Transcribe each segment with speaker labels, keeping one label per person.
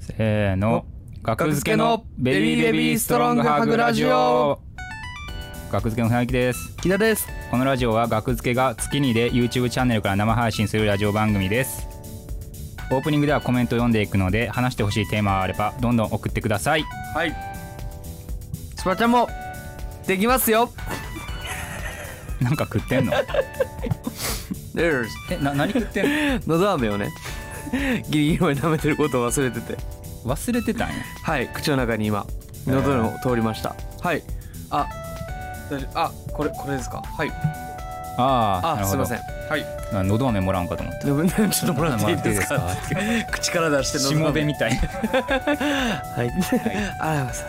Speaker 1: せーの学付けのベビーベビーストロングハグラジオ学付けの船木です
Speaker 2: 木田です
Speaker 1: このラジオは学付けが月にで YouTube チャンネルから生配信するラジオ番組ですオープニングではコメントを読んでいくので話してほしいテーマがあればどんどん送ってください
Speaker 2: はいスパちゃんもできますよ
Speaker 1: なんか食ってんの
Speaker 2: There's
Speaker 1: えな何食ってん
Speaker 2: のど飴をね ギリギリまで舐めてることを忘れてて
Speaker 1: の忘れてたんや
Speaker 2: はい口の中に今喉の通りました、はいあ大丈夫あこれこれですかはい
Speaker 1: ああな
Speaker 2: あ
Speaker 1: る
Speaker 2: す
Speaker 1: ほ
Speaker 2: い
Speaker 1: ど
Speaker 2: ません はい
Speaker 1: あ喉飴もらおうかと思った
Speaker 2: ちょっともらっていいですか
Speaker 1: もらってい
Speaker 2: 口から出して
Speaker 1: し
Speaker 2: 喉
Speaker 1: も
Speaker 2: 飴
Speaker 1: べみたい
Speaker 2: はい、ありがとうございます。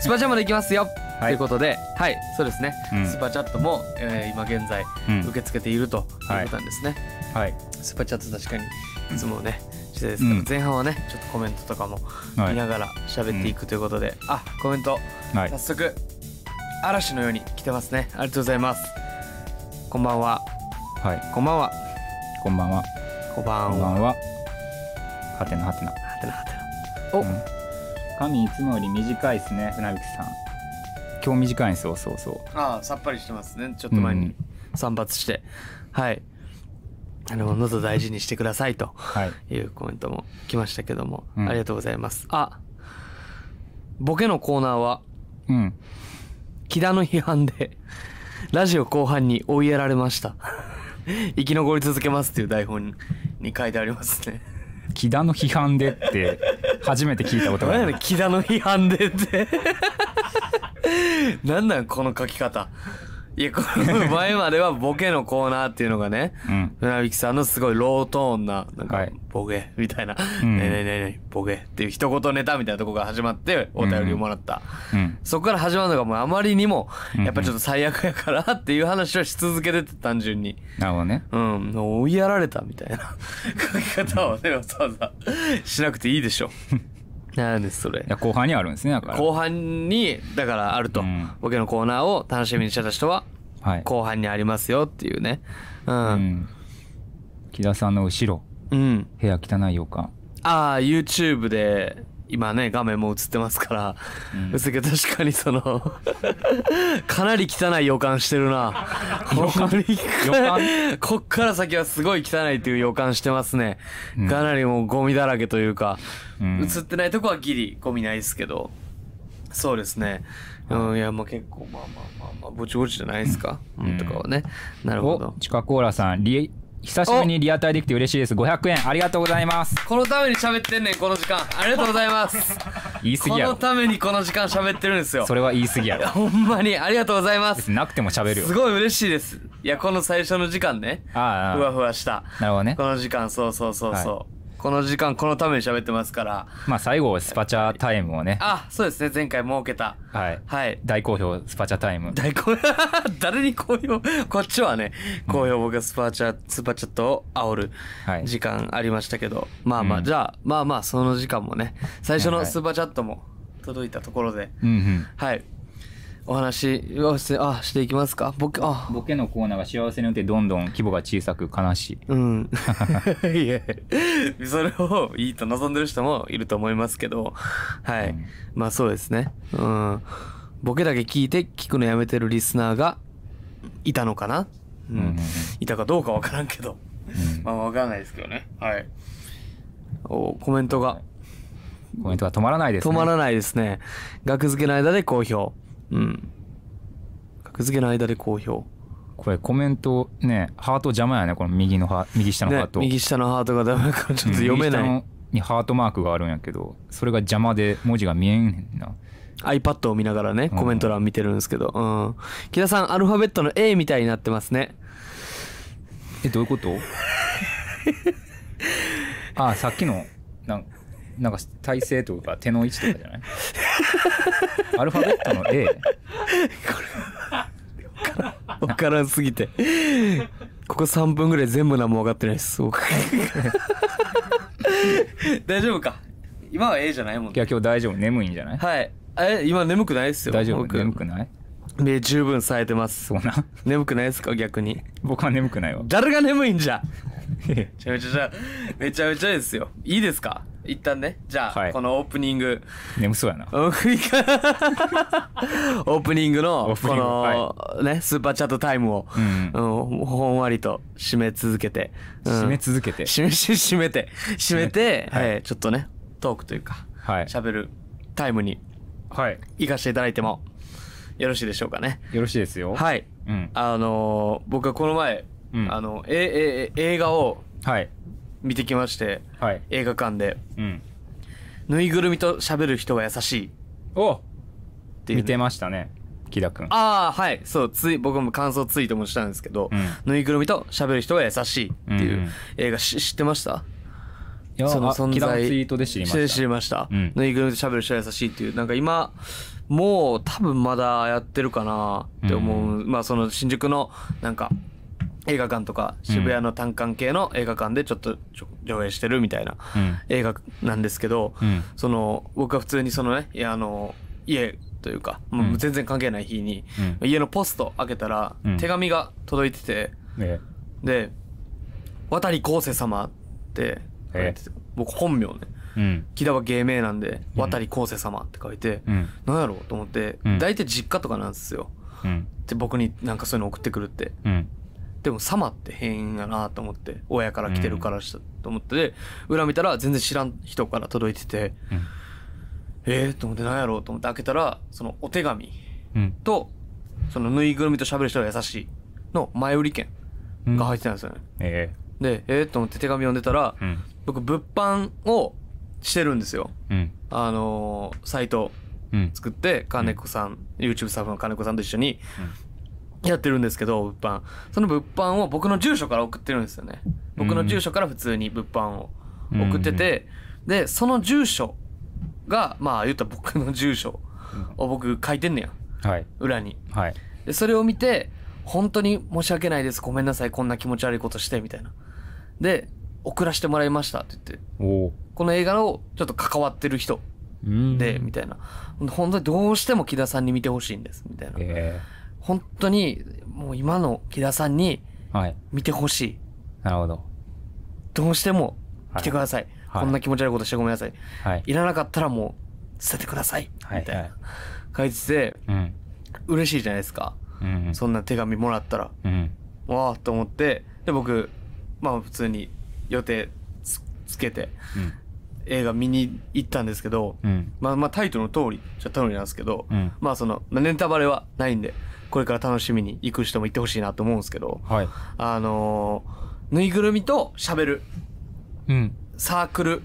Speaker 2: スパチャまで行きますよ、
Speaker 1: はい
Speaker 2: ということで、はい、そうですね、
Speaker 1: うん
Speaker 2: スパチャットも、えー今現在
Speaker 1: うん
Speaker 2: 受け付けているということ
Speaker 1: はい
Speaker 2: なんですね。
Speaker 1: はい
Speaker 2: スパチャット確かにいつもね、してですけど、
Speaker 1: うん
Speaker 2: 前半はね、ちょっとコメントとかも
Speaker 1: はい
Speaker 2: 見ながら喋っていくということで、あ、コメント、
Speaker 1: はい
Speaker 2: 早速嵐のように来てますね。ありがとうございます。こんばんは、
Speaker 1: はい
Speaker 2: こんばんは、
Speaker 1: こんばんは
Speaker 2: こんば
Speaker 1: こん
Speaker 2: ん
Speaker 1: ば
Speaker 2: は。
Speaker 1: んははてなはてな
Speaker 2: はてなはてな。お、
Speaker 1: うん髪いつもより短いですね船引さん今日短いんですよそうそう
Speaker 2: ああさっぱりしてますねちょっと前
Speaker 1: う
Speaker 2: に
Speaker 1: ん
Speaker 2: 散髪して、はいあの喉大事にしてくださいと
Speaker 1: はい
Speaker 2: いうコメントも来ましたけども、
Speaker 1: うん
Speaker 2: ありがとうございますあボケのコーナーは
Speaker 1: うん
Speaker 2: 木田の批判でラジオ後半に追いやられました生き残り続けますっていう台本にに書いてありますね
Speaker 1: 木田の批判でって初めて聞いたことが
Speaker 2: 何
Speaker 1: あ
Speaker 2: や
Speaker 1: る
Speaker 2: ねん木田の批判でって 何なんこの書き方いやこの前まではボケのコーナーっていうのがね
Speaker 1: うん
Speaker 2: 船引さんのすごいロートーンな、な
Speaker 1: は
Speaker 2: んか
Speaker 1: い、
Speaker 2: ボケみたいな、
Speaker 1: ん
Speaker 2: ねえねえねえねえ、ボケっていう一言ネタみたいなとこが始まって、お便りをもらった。
Speaker 1: うん
Speaker 2: そこから始まるのがもうあまりにも
Speaker 1: うんう、ん
Speaker 2: やっぱちょっと最悪やからっていう話をし続けてて、単純に。
Speaker 1: なるほどね
Speaker 2: うん、もう追いやられたみたいな書き方をね、わざわざしなくていいで しょ。なんです、それ
Speaker 1: い。や後半にあるんですねだから
Speaker 2: 後半に、だからあると
Speaker 1: うん、
Speaker 2: ボケのコーナーを楽しみにしてた人は、
Speaker 1: はい
Speaker 2: 後半にありますよっていうね。うん。
Speaker 1: ん木田さんの後ろ
Speaker 2: うん。
Speaker 1: 部屋汚い予感
Speaker 2: ああ YouTube で今ね画面も映ってますから、
Speaker 1: うん
Speaker 2: うすけ確かにその かなり汚い予感してるなほんまに
Speaker 1: 予感
Speaker 2: こっから先はすごい汚いという予感してますね、
Speaker 1: うん
Speaker 2: かなりもうゴミだらけというか、
Speaker 1: うん
Speaker 2: 映ってないとこはギリゴミないですけどそうですねうんいやまあ結構まあまあまあまあぼちぼちじゃないですか、
Speaker 1: うん
Speaker 2: うんとかはねなるほ
Speaker 1: お
Speaker 2: ど
Speaker 1: チカコーラさんリ久しぶりにリアタイできて嬉しいです500円ありがとうございます
Speaker 2: このために喋ってんねんこの時間ありがとうございます
Speaker 1: 言い過
Speaker 2: こ
Speaker 1: ぎや
Speaker 2: の
Speaker 1: ろ
Speaker 2: ためにこの時間喋ってるんですよ
Speaker 1: それは言い過ぎやろ
Speaker 2: ほんまにありがとうございます
Speaker 1: 別になくても喋るよ
Speaker 2: すごい嬉しいですいやこの最初の時間ね
Speaker 1: ああああ
Speaker 2: ふわふわした
Speaker 1: なるほどね
Speaker 2: この時間そうそうそうそう、
Speaker 1: は
Speaker 2: この時間このために喋ってますから
Speaker 1: まあ最後はスパチャタイムをね
Speaker 2: あそうですね前回設けた
Speaker 1: はい
Speaker 2: はい
Speaker 1: 大好評スパチャタイム
Speaker 2: 大好 誰に好評こっちはね好評僕がスパチャスパチャットを煽る
Speaker 1: はい
Speaker 2: 時間ありましたけど、まあまあ、
Speaker 1: うん
Speaker 2: じゃあまあまあその時間もね最初
Speaker 1: は
Speaker 2: の
Speaker 1: いはい
Speaker 2: スーパーチャットも届いたところで、
Speaker 1: うんうん
Speaker 2: はい。お話をして、あ、していきますか。僕、あ、
Speaker 1: ボケのコーナーが幸せによってどんどん規模が小さく悲しい
Speaker 2: うん。 いえ、それをいいと望んでる人もいると思いますけど、はい。
Speaker 1: うん
Speaker 2: まあそうですね。うん。ボケだけ聞いて聞くのやめてるリスナーがいたのかなうん。
Speaker 1: うんうんうん
Speaker 2: いたかどうかわからんけど。まあわからないですけどね。はい。お、コメントが。
Speaker 1: コメントが止まらないです
Speaker 2: 止
Speaker 1: ね
Speaker 2: まらないですね。学付けの間で好評。うん。学付けの間で好評。
Speaker 1: これコメントねハート邪魔やねこの右のハ右下のハート、
Speaker 2: ね、右下のハートがダメだからちょっと読め
Speaker 1: 右下
Speaker 2: ない
Speaker 1: のにハートマークがあるんやけどそれが邪魔で文字が見えんねんな
Speaker 2: iPad を見ながらね
Speaker 1: うん
Speaker 2: コメント欄見てるんですけど、うん、木田さんアルファベットの A みたいになってます ね
Speaker 1: えどういうこと あさっきのなんなんか体勢とか手の位置とかじゃない アルファベットの A
Speaker 2: 分からんすぎてここ3分ぐらい全部何も分かってないです僕 大丈夫か今は A じゃないもん
Speaker 1: いや今日大丈夫眠いんじゃない
Speaker 2: はいえ今眠くないですよ
Speaker 1: 大丈夫
Speaker 2: 僕
Speaker 1: 眠くない
Speaker 2: 目十分冴えてます
Speaker 1: そうな
Speaker 2: 眠くないですか逆に
Speaker 1: 僕は眠 くないわ
Speaker 2: 誰が眠いんじゃめちゃめちゃめちゃめちゃですよいいですか一旦ねじゃあ、
Speaker 1: はい
Speaker 2: このオープニング
Speaker 1: 眠そうやな
Speaker 2: オープニングオープニングの
Speaker 1: オープニ
Speaker 2: こ
Speaker 1: ング
Speaker 2: の、ねスーパーチャットタイムを、
Speaker 1: うん
Speaker 2: うんほんわりと締め続けて、うん
Speaker 1: 締め続けて
Speaker 2: 締めし締めて締めて、
Speaker 1: はい
Speaker 2: えーちょっとねトークというか
Speaker 1: はい
Speaker 2: 喋るタイムに
Speaker 1: はい
Speaker 2: 行かせていただいてもよろしいでしょうかね
Speaker 1: よろしいですよい
Speaker 2: はい
Speaker 1: うん
Speaker 2: あのー僕はこの前、
Speaker 1: うん
Speaker 2: あのえええ映画を
Speaker 1: はい
Speaker 2: 見てきまして
Speaker 1: はい
Speaker 2: 映画館で
Speaker 1: うん
Speaker 2: 「ぬいぐるみと喋る人が優しい」っ
Speaker 1: お
Speaker 2: ていうね、
Speaker 1: 見てましたね木田君
Speaker 2: ああはいそうつい僕も感想ツイートもしたんですけど、
Speaker 1: うん
Speaker 2: ぬいぐるみと喋る人が優しいっていううん映画し知ってました
Speaker 1: いや
Speaker 2: その
Speaker 1: あ
Speaker 2: 存在
Speaker 1: 木田のツイートで知りま
Speaker 2: 知
Speaker 1: し
Speaker 2: 知
Speaker 1: た
Speaker 2: りました、
Speaker 1: うん
Speaker 2: ぬいぐるみと喋る人は優しいっていうなんか今もう多分まだやってるかなって思う、まあその新宿のなんか映画館とか渋谷の単館系の映画館でちょっとちょ上映してるみたいな
Speaker 1: うん
Speaker 2: 映画なんですけど、
Speaker 1: うん
Speaker 2: その僕は普通にそのねいやあの家というか、もう
Speaker 1: うん
Speaker 2: 全然関係ない日に、
Speaker 1: う
Speaker 2: 家のポスト開けたら、
Speaker 1: うん
Speaker 2: 手紙が届いてて
Speaker 1: ね
Speaker 2: で「渡り昴生様」って書いてて、僕本名ね
Speaker 1: うん
Speaker 2: 木田は芸名なんで「
Speaker 1: うん
Speaker 2: 渡り昴生様」って書いて、
Speaker 1: うん
Speaker 2: なんやろうと思って、
Speaker 1: うん
Speaker 2: 大体実家とかなんですよ
Speaker 1: うん
Speaker 2: で僕になんかそういうの送ってくるって
Speaker 1: うん
Speaker 2: でも「様」って変やなと思って親から来てるからしたと思ってで裏見たら全然知らん人から届いてて
Speaker 1: うん
Speaker 2: えー、と思ってなんやろうと思って開けたらそのお手紙
Speaker 1: うん
Speaker 2: とそのぬいぐるみと喋る人が優しいの前売り券
Speaker 1: うん
Speaker 2: が入ってたんですよね、
Speaker 1: え
Speaker 2: でえー、と思って手紙読んでたら
Speaker 1: えうん
Speaker 2: 僕物販をしてるんですよ
Speaker 1: うん
Speaker 2: あのーサイト
Speaker 1: うん
Speaker 2: 作って金子さん、YouTube サーフの金子さんと一緒にやってるんですけど物販その物販を僕の住所から送ってるんですよね僕の住所から普通に物販を送ってて、でその住所がまあ言ったら僕の住所を僕書いてんねや
Speaker 1: はい
Speaker 2: 裏に
Speaker 1: はい
Speaker 2: でそれを見て本当に申し訳ないですごめんなさいこんな気持ち悪いことしてみたいなで送らせてもらいましたって言って
Speaker 1: おお
Speaker 2: この映画をちょっと関わってる人
Speaker 1: うん
Speaker 2: で、みたいな。本当にどうしても木田さんに見てほしいんです、みたいな。
Speaker 1: え
Speaker 2: 本当に、もう今の木田さんに
Speaker 1: えはい
Speaker 2: 見てほしい。
Speaker 1: なるほど
Speaker 2: どうしても来てください。
Speaker 1: はい
Speaker 2: こんな気持ち悪いことしてごめんなさい。
Speaker 1: はい
Speaker 2: いらなかったらもう捨ててください。
Speaker 1: はい
Speaker 2: みたい
Speaker 1: はい
Speaker 2: な。書いてて、
Speaker 1: うん
Speaker 2: 嬉しいじゃないですか。
Speaker 1: うん
Speaker 2: そんな手紙もらったら。
Speaker 1: うん
Speaker 2: わあと思って、で、僕、まあ普通に予定つつけて
Speaker 1: うん
Speaker 2: 映画見に行ったんですけど、
Speaker 1: うん
Speaker 2: まあまあタイトルの通りじゃ通りなんですけど、
Speaker 1: うん
Speaker 2: まあそのまあネタバレはないんでこれから楽しみに行く人も行ってほしいなと思うんですけど
Speaker 1: はい
Speaker 2: あのーぬいぐるみと喋る
Speaker 1: うん
Speaker 2: サークル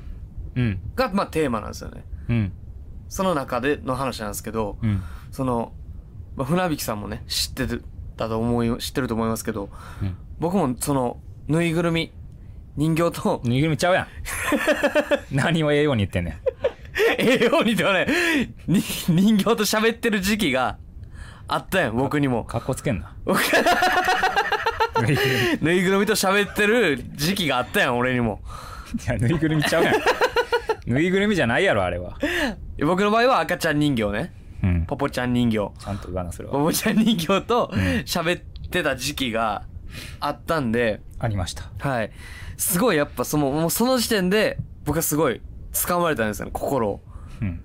Speaker 1: うん
Speaker 2: がまあテーマなんですよね
Speaker 1: うん
Speaker 2: その中での話なんですけど、
Speaker 1: うん
Speaker 2: その、まあ、船引さんもね知ってるだと思い知ってると思いますけど
Speaker 1: うん
Speaker 2: 僕もそのぬいぐるみ人形と
Speaker 1: ぬいぐるみちゃうやん 何をええように言ってんねん
Speaker 2: 栄養にではねに人形と喋ってる時期があったやん僕にも
Speaker 1: かっこつけん な
Speaker 2: 僕
Speaker 1: ぬいぐるみい
Speaker 2: ぬいぐるみと喋ってる時期があったやん俺にも
Speaker 1: やぬいぐるみちゃうやんぬいぐるみじゃないやろあれは
Speaker 2: 僕の場合は赤ちゃん人形ね
Speaker 1: うん
Speaker 2: ポポちゃん人形
Speaker 1: ちゃんと言わなそれは
Speaker 2: ポポちゃん人形と
Speaker 1: ん
Speaker 2: 喋ってた時期があったんで
Speaker 1: ありました
Speaker 2: はいすごいやっぱそのもうその時点で僕はすごい掴まれたんですよね心を
Speaker 1: うん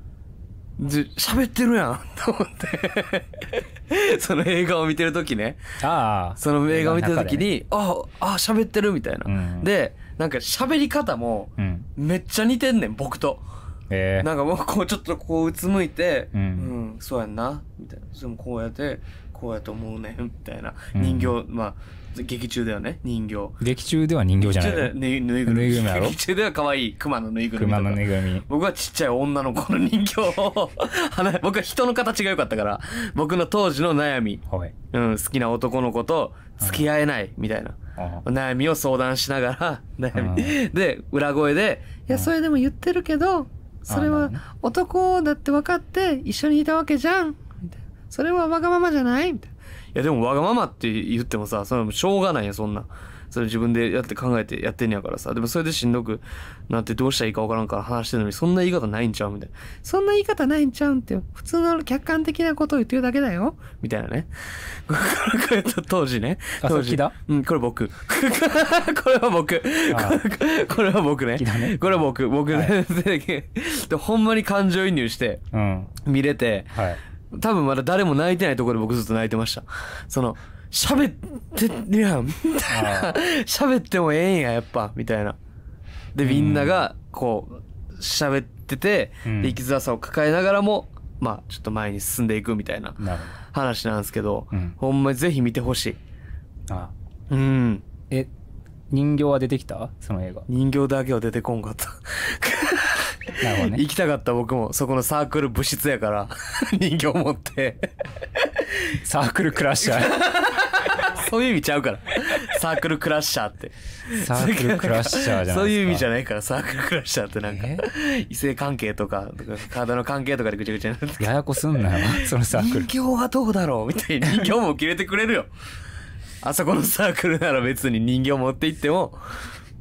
Speaker 2: で喋ってるやんと思って その映画を見てる時ね
Speaker 1: ああ
Speaker 2: その映画を見てる時
Speaker 1: 映
Speaker 2: に、ああ喋ってるみたいな、
Speaker 1: うん
Speaker 2: でなんか喋り方も
Speaker 1: 画の中でねうん
Speaker 2: めっちゃ似てんねん僕と。
Speaker 1: ええ
Speaker 2: なんかもうこうちょっとこううつむいて、
Speaker 1: う
Speaker 2: うんん、そうやんな、みたいな。それもこうやって、こうやと思うねん、みたいな。
Speaker 1: うん
Speaker 2: 人形、まあ、劇中だよね、人形。
Speaker 1: 劇中では人形じゃ
Speaker 2: 劇中
Speaker 1: な
Speaker 2: ではいぬぬいぐるみ。
Speaker 1: ぬいぐるみやろ
Speaker 2: 劇中では可愛い熊のぬいぐるみと
Speaker 1: 熊
Speaker 2: か。
Speaker 1: のぬいぐるみ
Speaker 2: 僕はちっちゃい女の子の人形を 鼻僕は人の形が良かったから僕の当時の悩み、
Speaker 1: はい
Speaker 2: うん、好きな男の子と付き合えないみたいな、
Speaker 1: ああ
Speaker 2: 悩みを相談しながら 悩みで裏声で「いうや
Speaker 1: ん
Speaker 2: それでも言ってるけど
Speaker 1: あ
Speaker 2: それ
Speaker 1: なるほど
Speaker 2: は
Speaker 1: ね
Speaker 2: 男だって分かって一緒にいたわけじゃん」みたいな「それはわがままじゃない?」みたいな「いやでもわがままって言ってもさそれはもうしょうがないよそんなそれ自分でやって考えてやってんやからさでもそれでしんどくなってどうしたらいいかわからんから話してるのにそんな言い方ないんちゃうみたいなそんな言い方ないんちゃうんって普通の客観的なことを言ってるだけだよみたいなね これ当時ね
Speaker 1: あそれ
Speaker 2: 当時
Speaker 1: 木田
Speaker 2: うんこれ僕 これは僕これは僕ね
Speaker 1: 木田ね
Speaker 2: これは僕僕ね、
Speaker 1: は
Speaker 2: ででほんまに感情移入して
Speaker 1: うん
Speaker 2: 見れて
Speaker 1: はい
Speaker 2: 多分まだ誰も泣いてないところで僕ずっと泣いてましたその喋ってるやんみ たいな喋ってもええんややっぱみたいなでみんながこう喋ってて、
Speaker 1: うん
Speaker 2: で生きづらさを抱えながらもまあちょっと前に進んでいくみたいな
Speaker 1: なる
Speaker 2: 話なんですけど、
Speaker 1: うん
Speaker 2: ほんまにぜひ見てほしい
Speaker 1: ほどあ
Speaker 2: うん
Speaker 1: え人形は出てきたその映画
Speaker 2: 人形だけは出てこんかった
Speaker 1: なるほどね
Speaker 2: 行きたかった僕もそこのサークル部室やから 人形持って
Speaker 1: サークルクラッシャ ー
Speaker 2: そういう意味ちゃうからサークルクラッシャーって
Speaker 1: サークルクラッシャーじゃないですか
Speaker 2: そういう意味じゃ
Speaker 1: ない
Speaker 2: ないからサークルクラッシャーってなんか
Speaker 1: え
Speaker 2: 異性関係とかとか体の関係とかでぐちゃぐちゃになって
Speaker 1: ややこすんなよそのサークル
Speaker 2: 人形はどうだろうみたいな人形も切れてくれるよあそこのサークルなら別に人形持って行っても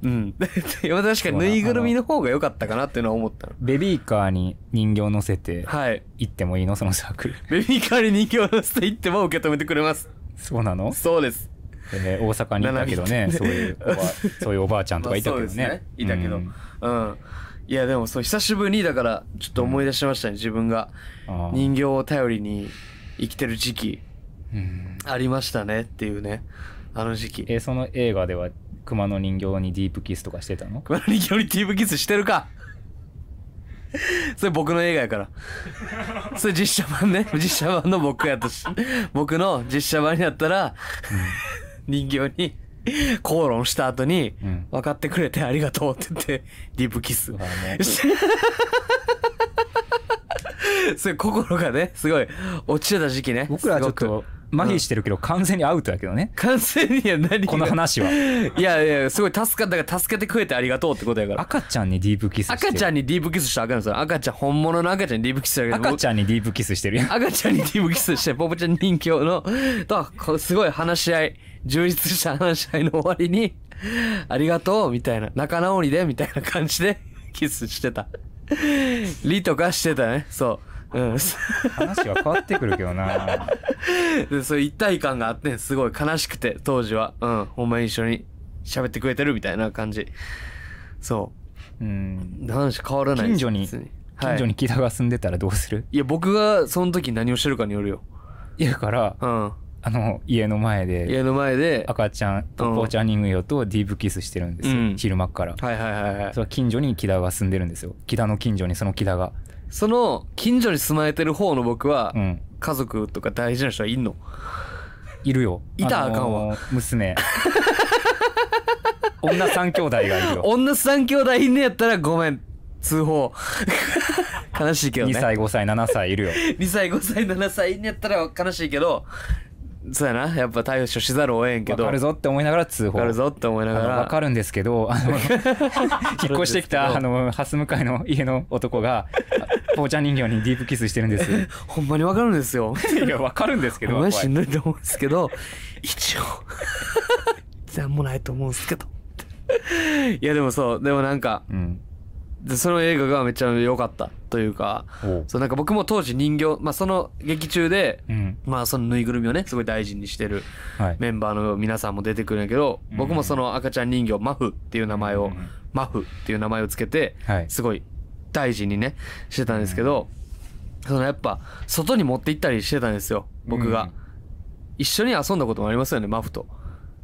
Speaker 2: うん でも確かにぬいぐるみの方が良かったかなっていうのは思ったの
Speaker 1: ベビーカーに人形乗せて
Speaker 2: はい
Speaker 1: 行ってもいいのそのサークル
Speaker 2: ベビーカーに人形を乗せて行っても受け止めてくれます
Speaker 1: そうなの、
Speaker 2: そうです
Speaker 1: えー大阪にいたけどね
Speaker 2: 七
Speaker 1: そう
Speaker 2: 人
Speaker 1: いうおばそういうおばあちゃんとかいたけどね,、
Speaker 2: まあそうですいたけど。
Speaker 1: う
Speaker 2: うんん。いやでもそう久しぶりにだからちょっと思い出しましたね、自分が
Speaker 1: あー
Speaker 2: 人形を頼りに生きてる時期
Speaker 1: うん
Speaker 2: ありましたねっていうねあの時期
Speaker 1: えその映画では熊の人形にディープキスとかしてた の
Speaker 2: 熊の人形にティーブキスしてるかそれ僕の映画やからそれ実写版ね実写版の僕やとし僕の実写版になったら人形に口論した後に
Speaker 1: うん
Speaker 2: 「分かってくれてありがとう」って言ってディープキス
Speaker 1: うわも
Speaker 2: それ心がねすごい落ちてた時期ね
Speaker 1: う僕らはちょっ
Speaker 2: すご
Speaker 1: と
Speaker 2: く
Speaker 1: 麻痺してるけど完全にアウトだけどね、
Speaker 2: 完全には何が
Speaker 1: この話はい
Speaker 2: や いやすごい助かったから助けてくれてありがとうってことやから
Speaker 1: 赤ちゃんにディープキスしてる
Speaker 2: 赤ちゃんにディープキスしたらあかんのさ赤ちゃん本物の赤ちゃんにディープキスしたらあかん
Speaker 1: 赤ちゃんにディープキスしてるやん
Speaker 2: 赤ちゃんにディープキスしてポポちゃん人形のとこうすごい話し合い充実した話し合いの終わりにありがとうみたいな仲直りでみたいな感じでキスしてたりとかしてたねそううん
Speaker 1: 話は変わってくるけどな
Speaker 2: でそういう一体感があってすごい悲しくて当時はうんほんまに一緒に喋ってくれてるみたいな感じそ
Speaker 1: うん
Speaker 2: う話変わらない
Speaker 1: 近所に
Speaker 2: 別
Speaker 1: 近
Speaker 2: はい、
Speaker 1: 所に北が住んでたらどうする
Speaker 2: いや僕がその時何をしてるかによるよ
Speaker 1: いやから
Speaker 2: うん
Speaker 1: あの家の前で
Speaker 2: 家の前で
Speaker 1: 赤ちゃん
Speaker 2: う
Speaker 1: と
Speaker 2: ん
Speaker 1: ポーチャーニング用とディープキスしてるんですよ、
Speaker 2: うん
Speaker 1: 昼間っから
Speaker 2: はいはいはいはい
Speaker 1: それは近所に木田が住んでるんですよ木田の近所にその木田が
Speaker 2: その近所に住まれてる方の僕は
Speaker 1: うん
Speaker 2: 家族とか大事な人はいんの
Speaker 1: いるよ
Speaker 2: いたらあかんわ
Speaker 1: のー 娘女三兄弟がいる よ
Speaker 2: 女三兄弟いんねやったらごめん通報 悲しいけどね
Speaker 1: 2歳5歳7歳いるよ
Speaker 2: 2歳5歳7歳にやったら悲しいけどそうやなやっぱ対処しざるをえんけ
Speaker 1: 分
Speaker 2: ど
Speaker 1: かるぞって思いながら通報
Speaker 2: わかるぞって思いながら
Speaker 1: 分かるんですけど あの引っ越してきたあのハス向かいの家の男があポーちゃん人形にディープキスしてるん ですよ
Speaker 2: ほんまにわかるんですよ
Speaker 1: いや分かるんですけど
Speaker 2: お前しん
Speaker 1: 怖い
Speaker 2: どいと思うんですけど一応 なんもないと思うんですけどいやでもそうでもなんか
Speaker 1: うん
Speaker 2: でその映画がめっちゃ良かったというか
Speaker 1: おう
Speaker 2: そうなんか僕も当時人形、まあ、その劇中で、
Speaker 1: うん
Speaker 2: まあそのぬいぐるみをねすごい大事にしてる
Speaker 1: はい
Speaker 2: メンバーの皆さんも出てくるんやけど、
Speaker 1: うん
Speaker 2: 僕もその赤ちゃん人形マフっていう名前を、
Speaker 1: うん
Speaker 2: マフっていう名前をつけて、
Speaker 1: はい
Speaker 2: すごい大事にねしてたんですけど、そのやっぱ外に持って行ったりしてたんですよ僕が、
Speaker 1: うん
Speaker 2: 一緒に遊んだこともありますよねマフと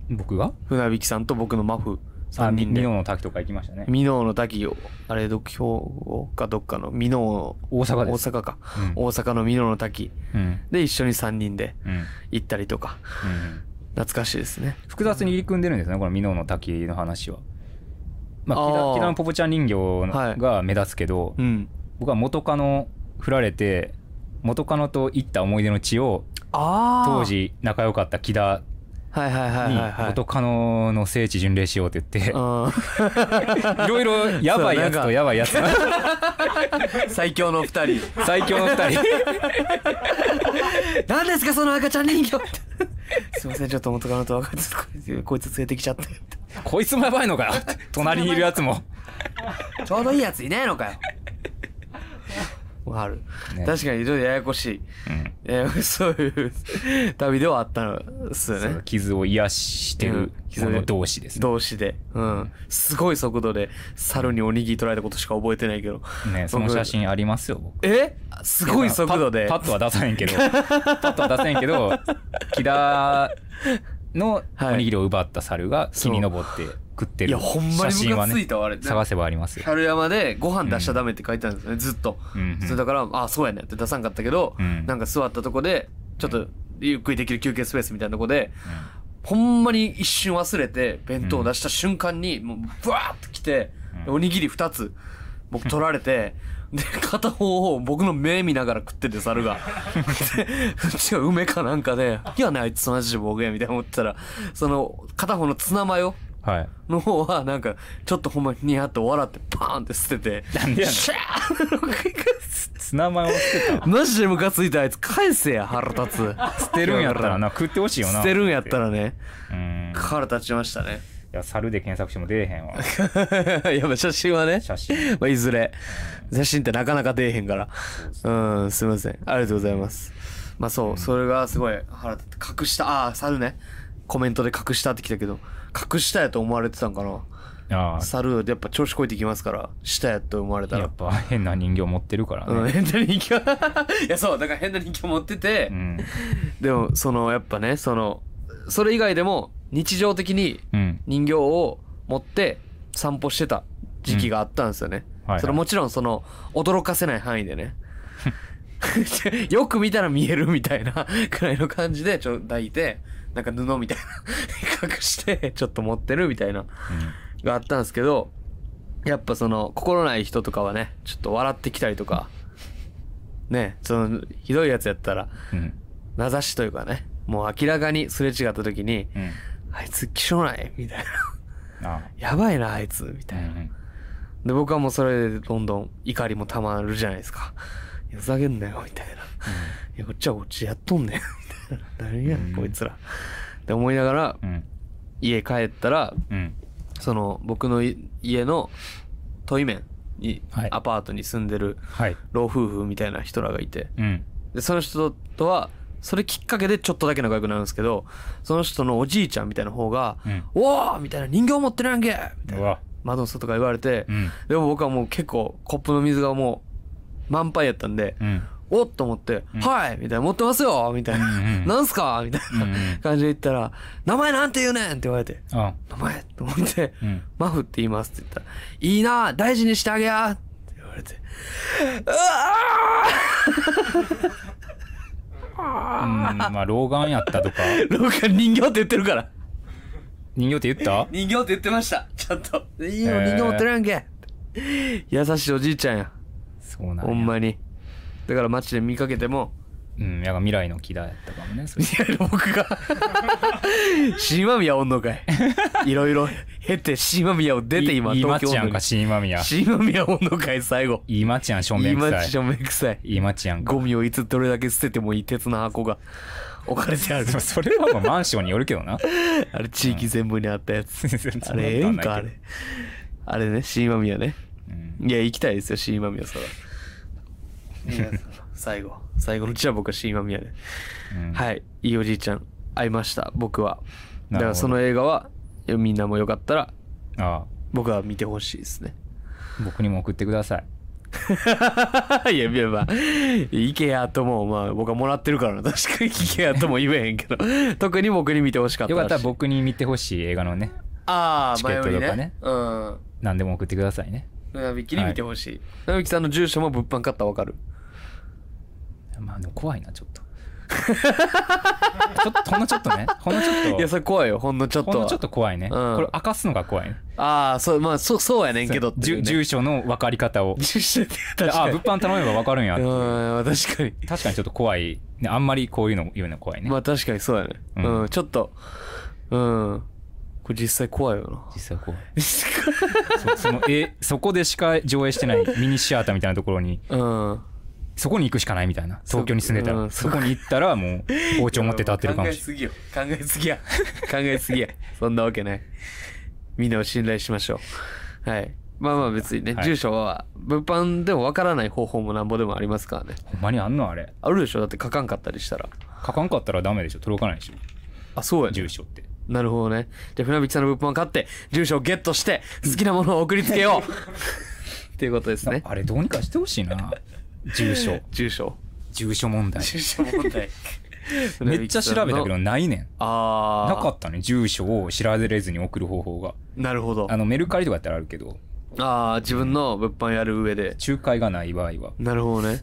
Speaker 1: 僕が
Speaker 2: 船引さんと僕のマフ
Speaker 1: あ
Speaker 2: 3
Speaker 1: み
Speaker 2: 人
Speaker 1: 美
Speaker 2: で
Speaker 1: 濃の滝とか行きましたね
Speaker 2: ミノーの滝をあれど兵庫かどっかのミノー
Speaker 1: 大阪
Speaker 2: 大
Speaker 1: です
Speaker 2: 阪か、
Speaker 1: うん
Speaker 2: 大阪のミノーの滝
Speaker 1: うん
Speaker 2: で一緒に3人で
Speaker 1: うんうん
Speaker 2: 行ったりとか
Speaker 1: うん
Speaker 2: 懐かしいですね
Speaker 1: 複雑に入り組んでるんですねこの美濃の滝の話はまあ
Speaker 2: あ
Speaker 1: 木
Speaker 2: ー
Speaker 1: 田木田のポポちゃん人
Speaker 2: は
Speaker 1: 形
Speaker 2: い
Speaker 1: が目立つけど
Speaker 2: うん
Speaker 1: 僕は元カノ振られて元カノと行った思い出の地を
Speaker 2: ああ
Speaker 1: 当時仲良かった木田
Speaker 2: はいはいはい
Speaker 1: に
Speaker 2: はいはい
Speaker 1: 元カノの聖地巡礼しようって言って、 いろいろやばいやつ
Speaker 2: そうなん
Speaker 1: と
Speaker 2: か
Speaker 1: やばいやつが
Speaker 2: うん、最強の二人
Speaker 1: 最強の2人
Speaker 2: 何 ですかその赤ちゃん人形ってすいませんちょっと元カノと別れてこいつ連れてきちゃって
Speaker 1: こいつもやばいのかよ隣にいるやつも
Speaker 2: ちょうどいいやついないのかよ。ある、
Speaker 1: ね
Speaker 2: 確かにちょっとややこしい。
Speaker 1: うん
Speaker 2: えーそういう旅ではあったのっすよ
Speaker 1: そ
Speaker 2: ね
Speaker 1: う。傷を癒してるもの同士ですね,、
Speaker 2: 同士で。うん。すごい速度で猿におにぎり取られたことしか覚えてないけど。
Speaker 1: ねその写真ありますよ僕
Speaker 2: えすごい速度で。
Speaker 1: パッパッとは出さへんけ どパッとは出さへんけど木田のおにぎりを奪った猿が木に登って食って
Speaker 2: いや、
Speaker 1: る
Speaker 2: ほんま
Speaker 1: 写真
Speaker 2: にム
Speaker 1: は
Speaker 2: カつい
Speaker 1: ね
Speaker 2: たわ、あれ。
Speaker 1: 探せばありますよ、
Speaker 2: 春山でご飯出しちゃダメって書いてあるんですよね、ずっと。
Speaker 1: うんうん
Speaker 2: それだから、あ、そうやねって出さんかったけど、
Speaker 1: うん
Speaker 2: なんか座ったとこで、ちょっとゆっくりできる休憩スペースみたいなとこで、
Speaker 1: うん
Speaker 2: ほんまに一瞬忘れて、弁当を出した瞬間に、もう、ブワーって来て、
Speaker 1: うん
Speaker 2: おにぎり2つ、僕取られて、で、片方を僕の目見ながら食ってて、猿が。で、うちが梅かなんかで、いやね、あいつマジで暴言みたいな思ってたら、その、片方のツナマヨ
Speaker 1: はい
Speaker 2: の方は、なんか、ちょっとほんまにニヤッと笑って、パーンって捨てて、
Speaker 1: なんでやねん
Speaker 2: シャー
Speaker 1: ツナマヨを捨てた
Speaker 2: マジでムカついたあいつ返せや腹立つ
Speaker 1: 捨てるんやった らな食ってほしいよな
Speaker 2: 捨てるんやったらね
Speaker 1: うん
Speaker 2: 腹立ちましたね
Speaker 1: いや猿で検索しても出えへ んわ
Speaker 2: やっぱ写真はね
Speaker 1: 写真
Speaker 2: まあ、いずれ写真ってなかなか出えへんからうんすいませんありがとうございますまあそうそれがすごい腹立って隠したああー猿ねコメントで隠したって来たけど隠したやと思われてたんかな
Speaker 1: あ
Speaker 2: 猿やっぱ調子こいてきますからしたやと思われ
Speaker 1: あ
Speaker 2: た
Speaker 1: や
Speaker 2: ら
Speaker 1: っぱ変な人形持ってるから
Speaker 2: うん、
Speaker 1: ね
Speaker 2: 変な人気 いやそうだから変な人気持ってて、
Speaker 1: うん
Speaker 2: でもそのやっぱねそのそれ以外でも日常的に
Speaker 1: うん
Speaker 2: 人形を持って散歩してた時期があったんですよね、
Speaker 1: うんはいはい
Speaker 2: それもちろんその驚かせない範囲でね よく見たら見えるみたいな くらいの感じでちょ抱いてなんか布みたいな 隠してちょっと持ってるみたいながあったんですけどやっぱその心ない人とかはねちょっと笑ってきたりとかねそのひどいやつやったら
Speaker 1: うんうん
Speaker 2: 名指しというかねもう明らかにすれ違った時に
Speaker 1: うん
Speaker 2: 「あいつ気性ない」みたいな
Speaker 1: ああ
Speaker 2: 「やばいなあいつ」みた
Speaker 1: う
Speaker 2: い
Speaker 1: んう
Speaker 2: な、
Speaker 1: ん
Speaker 2: で僕はもうそれでどんどん怒りもたまるじゃないですか「いやふざけんなよ」みたいな「いやこっちはこっちやっとんね ん」みたいな「何や
Speaker 1: うん
Speaker 2: こいつら」って思いながら
Speaker 1: うん
Speaker 2: 家帰ったら
Speaker 1: うん
Speaker 2: その僕のい家のトイメンに、
Speaker 1: はい
Speaker 2: アパートに住んでる
Speaker 1: はい
Speaker 2: 老夫婦みたいな人らがいて
Speaker 1: うん
Speaker 2: でその人とはそれきっかけでちょっとだけ仲良くなるんですけどその人のおじいちゃんみたいな方が
Speaker 1: うん
Speaker 2: 「おお!」みたいな「人形持ってるやんけ!」みたいうな
Speaker 1: わ
Speaker 2: 窓の外から言われて、
Speaker 1: うん
Speaker 2: でも僕はもう結構コップの水がもう満杯やったんで
Speaker 1: う、ん
Speaker 2: おっと思って「
Speaker 1: うん
Speaker 2: はい!」みたいな「持ってますよ!」みたいな
Speaker 1: うんう
Speaker 2: 「
Speaker 1: ん
Speaker 2: なんすか?」みたいな
Speaker 1: うんうん
Speaker 2: 感じで言ったら「名前なんて言うねん!」って言われて
Speaker 1: あ
Speaker 2: 「名前?」と思って
Speaker 1: う
Speaker 2: 「
Speaker 1: ん
Speaker 2: マフって言います」って言ったら「いいな大事にしてあげや!」って言われて「うわー
Speaker 1: うんまあ老眼やったと か
Speaker 2: 廊下人形って言ってるから
Speaker 1: 人形って言った
Speaker 2: 人形って言ってましたちゃんといい
Speaker 1: へ
Speaker 2: よ
Speaker 1: ー
Speaker 2: 人形持ってるやんけ優しいおじいちゃんや
Speaker 1: そうなんや
Speaker 2: ほんまにだから街で見かけても
Speaker 1: うんやが未来の木だやったかもねそれ
Speaker 2: いや僕 が新間宮おんのかいいろいろ経て新間宮を出て今
Speaker 1: いい
Speaker 2: 東
Speaker 1: 町
Speaker 2: 京
Speaker 1: やん
Speaker 2: おんの
Speaker 1: か
Speaker 2: に
Speaker 1: 新間宮
Speaker 2: 新間宮おんのかい最後
Speaker 1: いい町やんしょんべん
Speaker 2: 今
Speaker 1: く
Speaker 2: ち
Speaker 1: さ
Speaker 2: ょめんくさい
Speaker 1: いいい町やんか
Speaker 2: ゴミをいつどれだけ捨ててもいい鉄の箱が置かれてある
Speaker 1: でもそ れはまあマンションによるけどな
Speaker 2: あれ地域全部にあったやつあれええんかあれあれね新間宮ね
Speaker 1: うん
Speaker 2: いや、行きたいですよ、新今宮さんは。 最後。最後のうちは僕は新今宮で。
Speaker 1: うん
Speaker 2: はい。いいおじいちゃん、会いました、僕は。だ
Speaker 1: なるほど
Speaker 2: からその映画は、みんなもよかったら、
Speaker 1: ああ
Speaker 2: 僕は見てほしいですね。
Speaker 1: 僕にも送ってください
Speaker 2: いや、いや、まあ、行けやとも、まあ、僕はもらってるからな。 確かに行けやとも言えへんけど、 特に僕に見てほしかった
Speaker 1: よかったら
Speaker 2: し
Speaker 1: 僕に見てほしい映画のね
Speaker 2: ああ、
Speaker 1: チケ
Speaker 2: 前
Speaker 1: ッ
Speaker 2: よ
Speaker 1: ト
Speaker 2: り
Speaker 1: とか
Speaker 2: ね
Speaker 1: ね。
Speaker 2: うん。
Speaker 1: 何でも送ってくださいね
Speaker 2: 船引きに見てほしい。船引きさんの住所も物販買ったらわかる。
Speaker 1: まあでも怖いなちょっと ちょっとほんのちょっとねほんのちょっと
Speaker 2: いや、それ怖いよ、ほんのちょっと
Speaker 1: ほん
Speaker 2: は。
Speaker 1: のちょっと怖いね、
Speaker 2: うん
Speaker 1: これ明かすのが怖いね
Speaker 2: ああそうまあそうそうやねんけどってい
Speaker 1: 住
Speaker 2: うね
Speaker 1: 住所の分かり方を
Speaker 2: 住所って 確
Speaker 1: あ
Speaker 2: か
Speaker 1: あ
Speaker 2: に
Speaker 1: 物販頼めば分かるんや
Speaker 2: うーん確かに
Speaker 1: 確かにちょっと怖い、ね、あんまりこういうの言うの怖いね、
Speaker 2: まあ確かにそうやねう
Speaker 1: うんん、
Speaker 2: ちょっとうんこれ実際怖いよな
Speaker 1: 実際怖いそ そのえそこでしか上映してないミニシアターみたいなところに
Speaker 2: うん
Speaker 1: そこに行くしかないみたいな東京に住んでた
Speaker 2: うん
Speaker 1: らそこに行ったらも う包丁持って立ってるかもし
Speaker 2: れない考えすぎよ考えすぎや考えすぎやそんなわけないみんなを信頼しましょう。はい。まあまあ別にね、
Speaker 1: はい
Speaker 2: 住所は物販でもわからない方法もなんぼでもありますからね。
Speaker 1: ほんまにあんのあれ
Speaker 2: あるでしょだって書かんかったりしたら。
Speaker 1: 書かんかったらダメでしょ届かないでしょ
Speaker 2: あ、そうやね。
Speaker 1: 住所って
Speaker 2: なるほどね。じゃあ船引さんの物販買って、住所をゲットして、好きなものを送りつけよ うっていうことですね。
Speaker 1: あれどうにかしてほしいな住所
Speaker 2: 住所。
Speaker 1: 住所問 題
Speaker 2: 住所問題。
Speaker 1: めっちゃ調べたけ
Speaker 2: ど。
Speaker 1: どないねん
Speaker 2: ああ。
Speaker 1: なかったね住所を調べずに送る方法が
Speaker 2: なるほど。
Speaker 1: あのメルカリとかやったらあるけど
Speaker 2: ああ、自分の物販やる上で。
Speaker 1: 仲介がない場合は、
Speaker 2: なるほどね。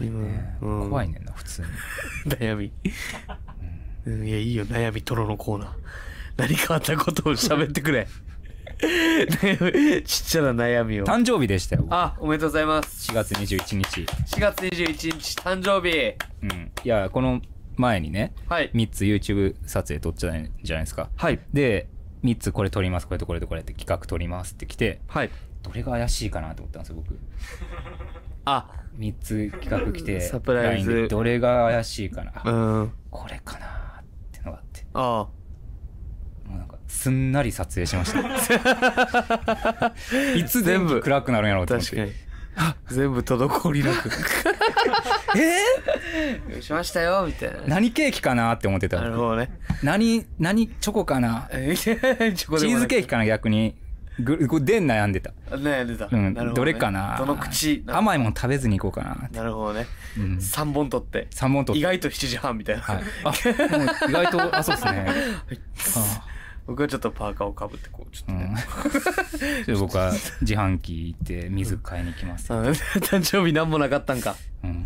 Speaker 1: ね
Speaker 2: うん
Speaker 1: 怖いねんな普通に
Speaker 2: 悩み。うん、いや、いいよ、悩みトロのコーナー。何かあったことを喋ってくれ。 悩みちっちゃな悩みを。
Speaker 1: 誕生日でしたよ僕
Speaker 2: あ、おめでとうございます。
Speaker 1: 4月21日、
Speaker 2: 4月21日、誕生日。
Speaker 1: うん、いやこの前にね
Speaker 2: はい。
Speaker 1: 3つ YouTube 撮影撮っちゃないじゃないですか
Speaker 2: はい。
Speaker 1: で3つこれ撮りますこれとこれとこれって企画撮りますって来て
Speaker 2: はい。
Speaker 1: どれが怪しいかなと思ったんですよ僕
Speaker 2: あ、
Speaker 1: 3つ企画来て
Speaker 2: サプライズ
Speaker 1: LINE でどれが怪しいかな、
Speaker 2: うん。あ
Speaker 1: これかなってのがあって
Speaker 2: あ。
Speaker 1: もうなんかすんなり撮影しました いつ全部暗くなるんやろうと思っ
Speaker 2: 確か
Speaker 1: て
Speaker 2: に。全部滞りなく。
Speaker 1: え
Speaker 2: 用意しましたよ、みたい
Speaker 1: ー、何ケーキかなって思って
Speaker 2: な。
Speaker 1: た
Speaker 2: なるほどね。
Speaker 1: 何何チョコかな
Speaker 2: チ
Speaker 1: チー
Speaker 2: ー
Speaker 1: ズケーキかな逆にぐこれで悩んでた、
Speaker 2: キ。悩んでた。
Speaker 1: うん
Speaker 2: なるほ
Speaker 1: ど
Speaker 2: ね
Speaker 1: れかな
Speaker 2: どの口。
Speaker 1: 甘いもん食べずに行こうかなって、
Speaker 2: なるほどね。
Speaker 1: うん、
Speaker 2: 3本取って。
Speaker 1: 3本と
Speaker 2: 意外と7時半みたいな。
Speaker 1: はい、あもう意外とあそうですね、あ
Speaker 2: 僕はちょっとパーカーをかぶってこうちょっ
Speaker 1: う
Speaker 2: とね
Speaker 1: ん、、ちょっと僕は自販機行って水買いに行きます、
Speaker 2: あ 誕生日なんもなかったんか
Speaker 1: うん、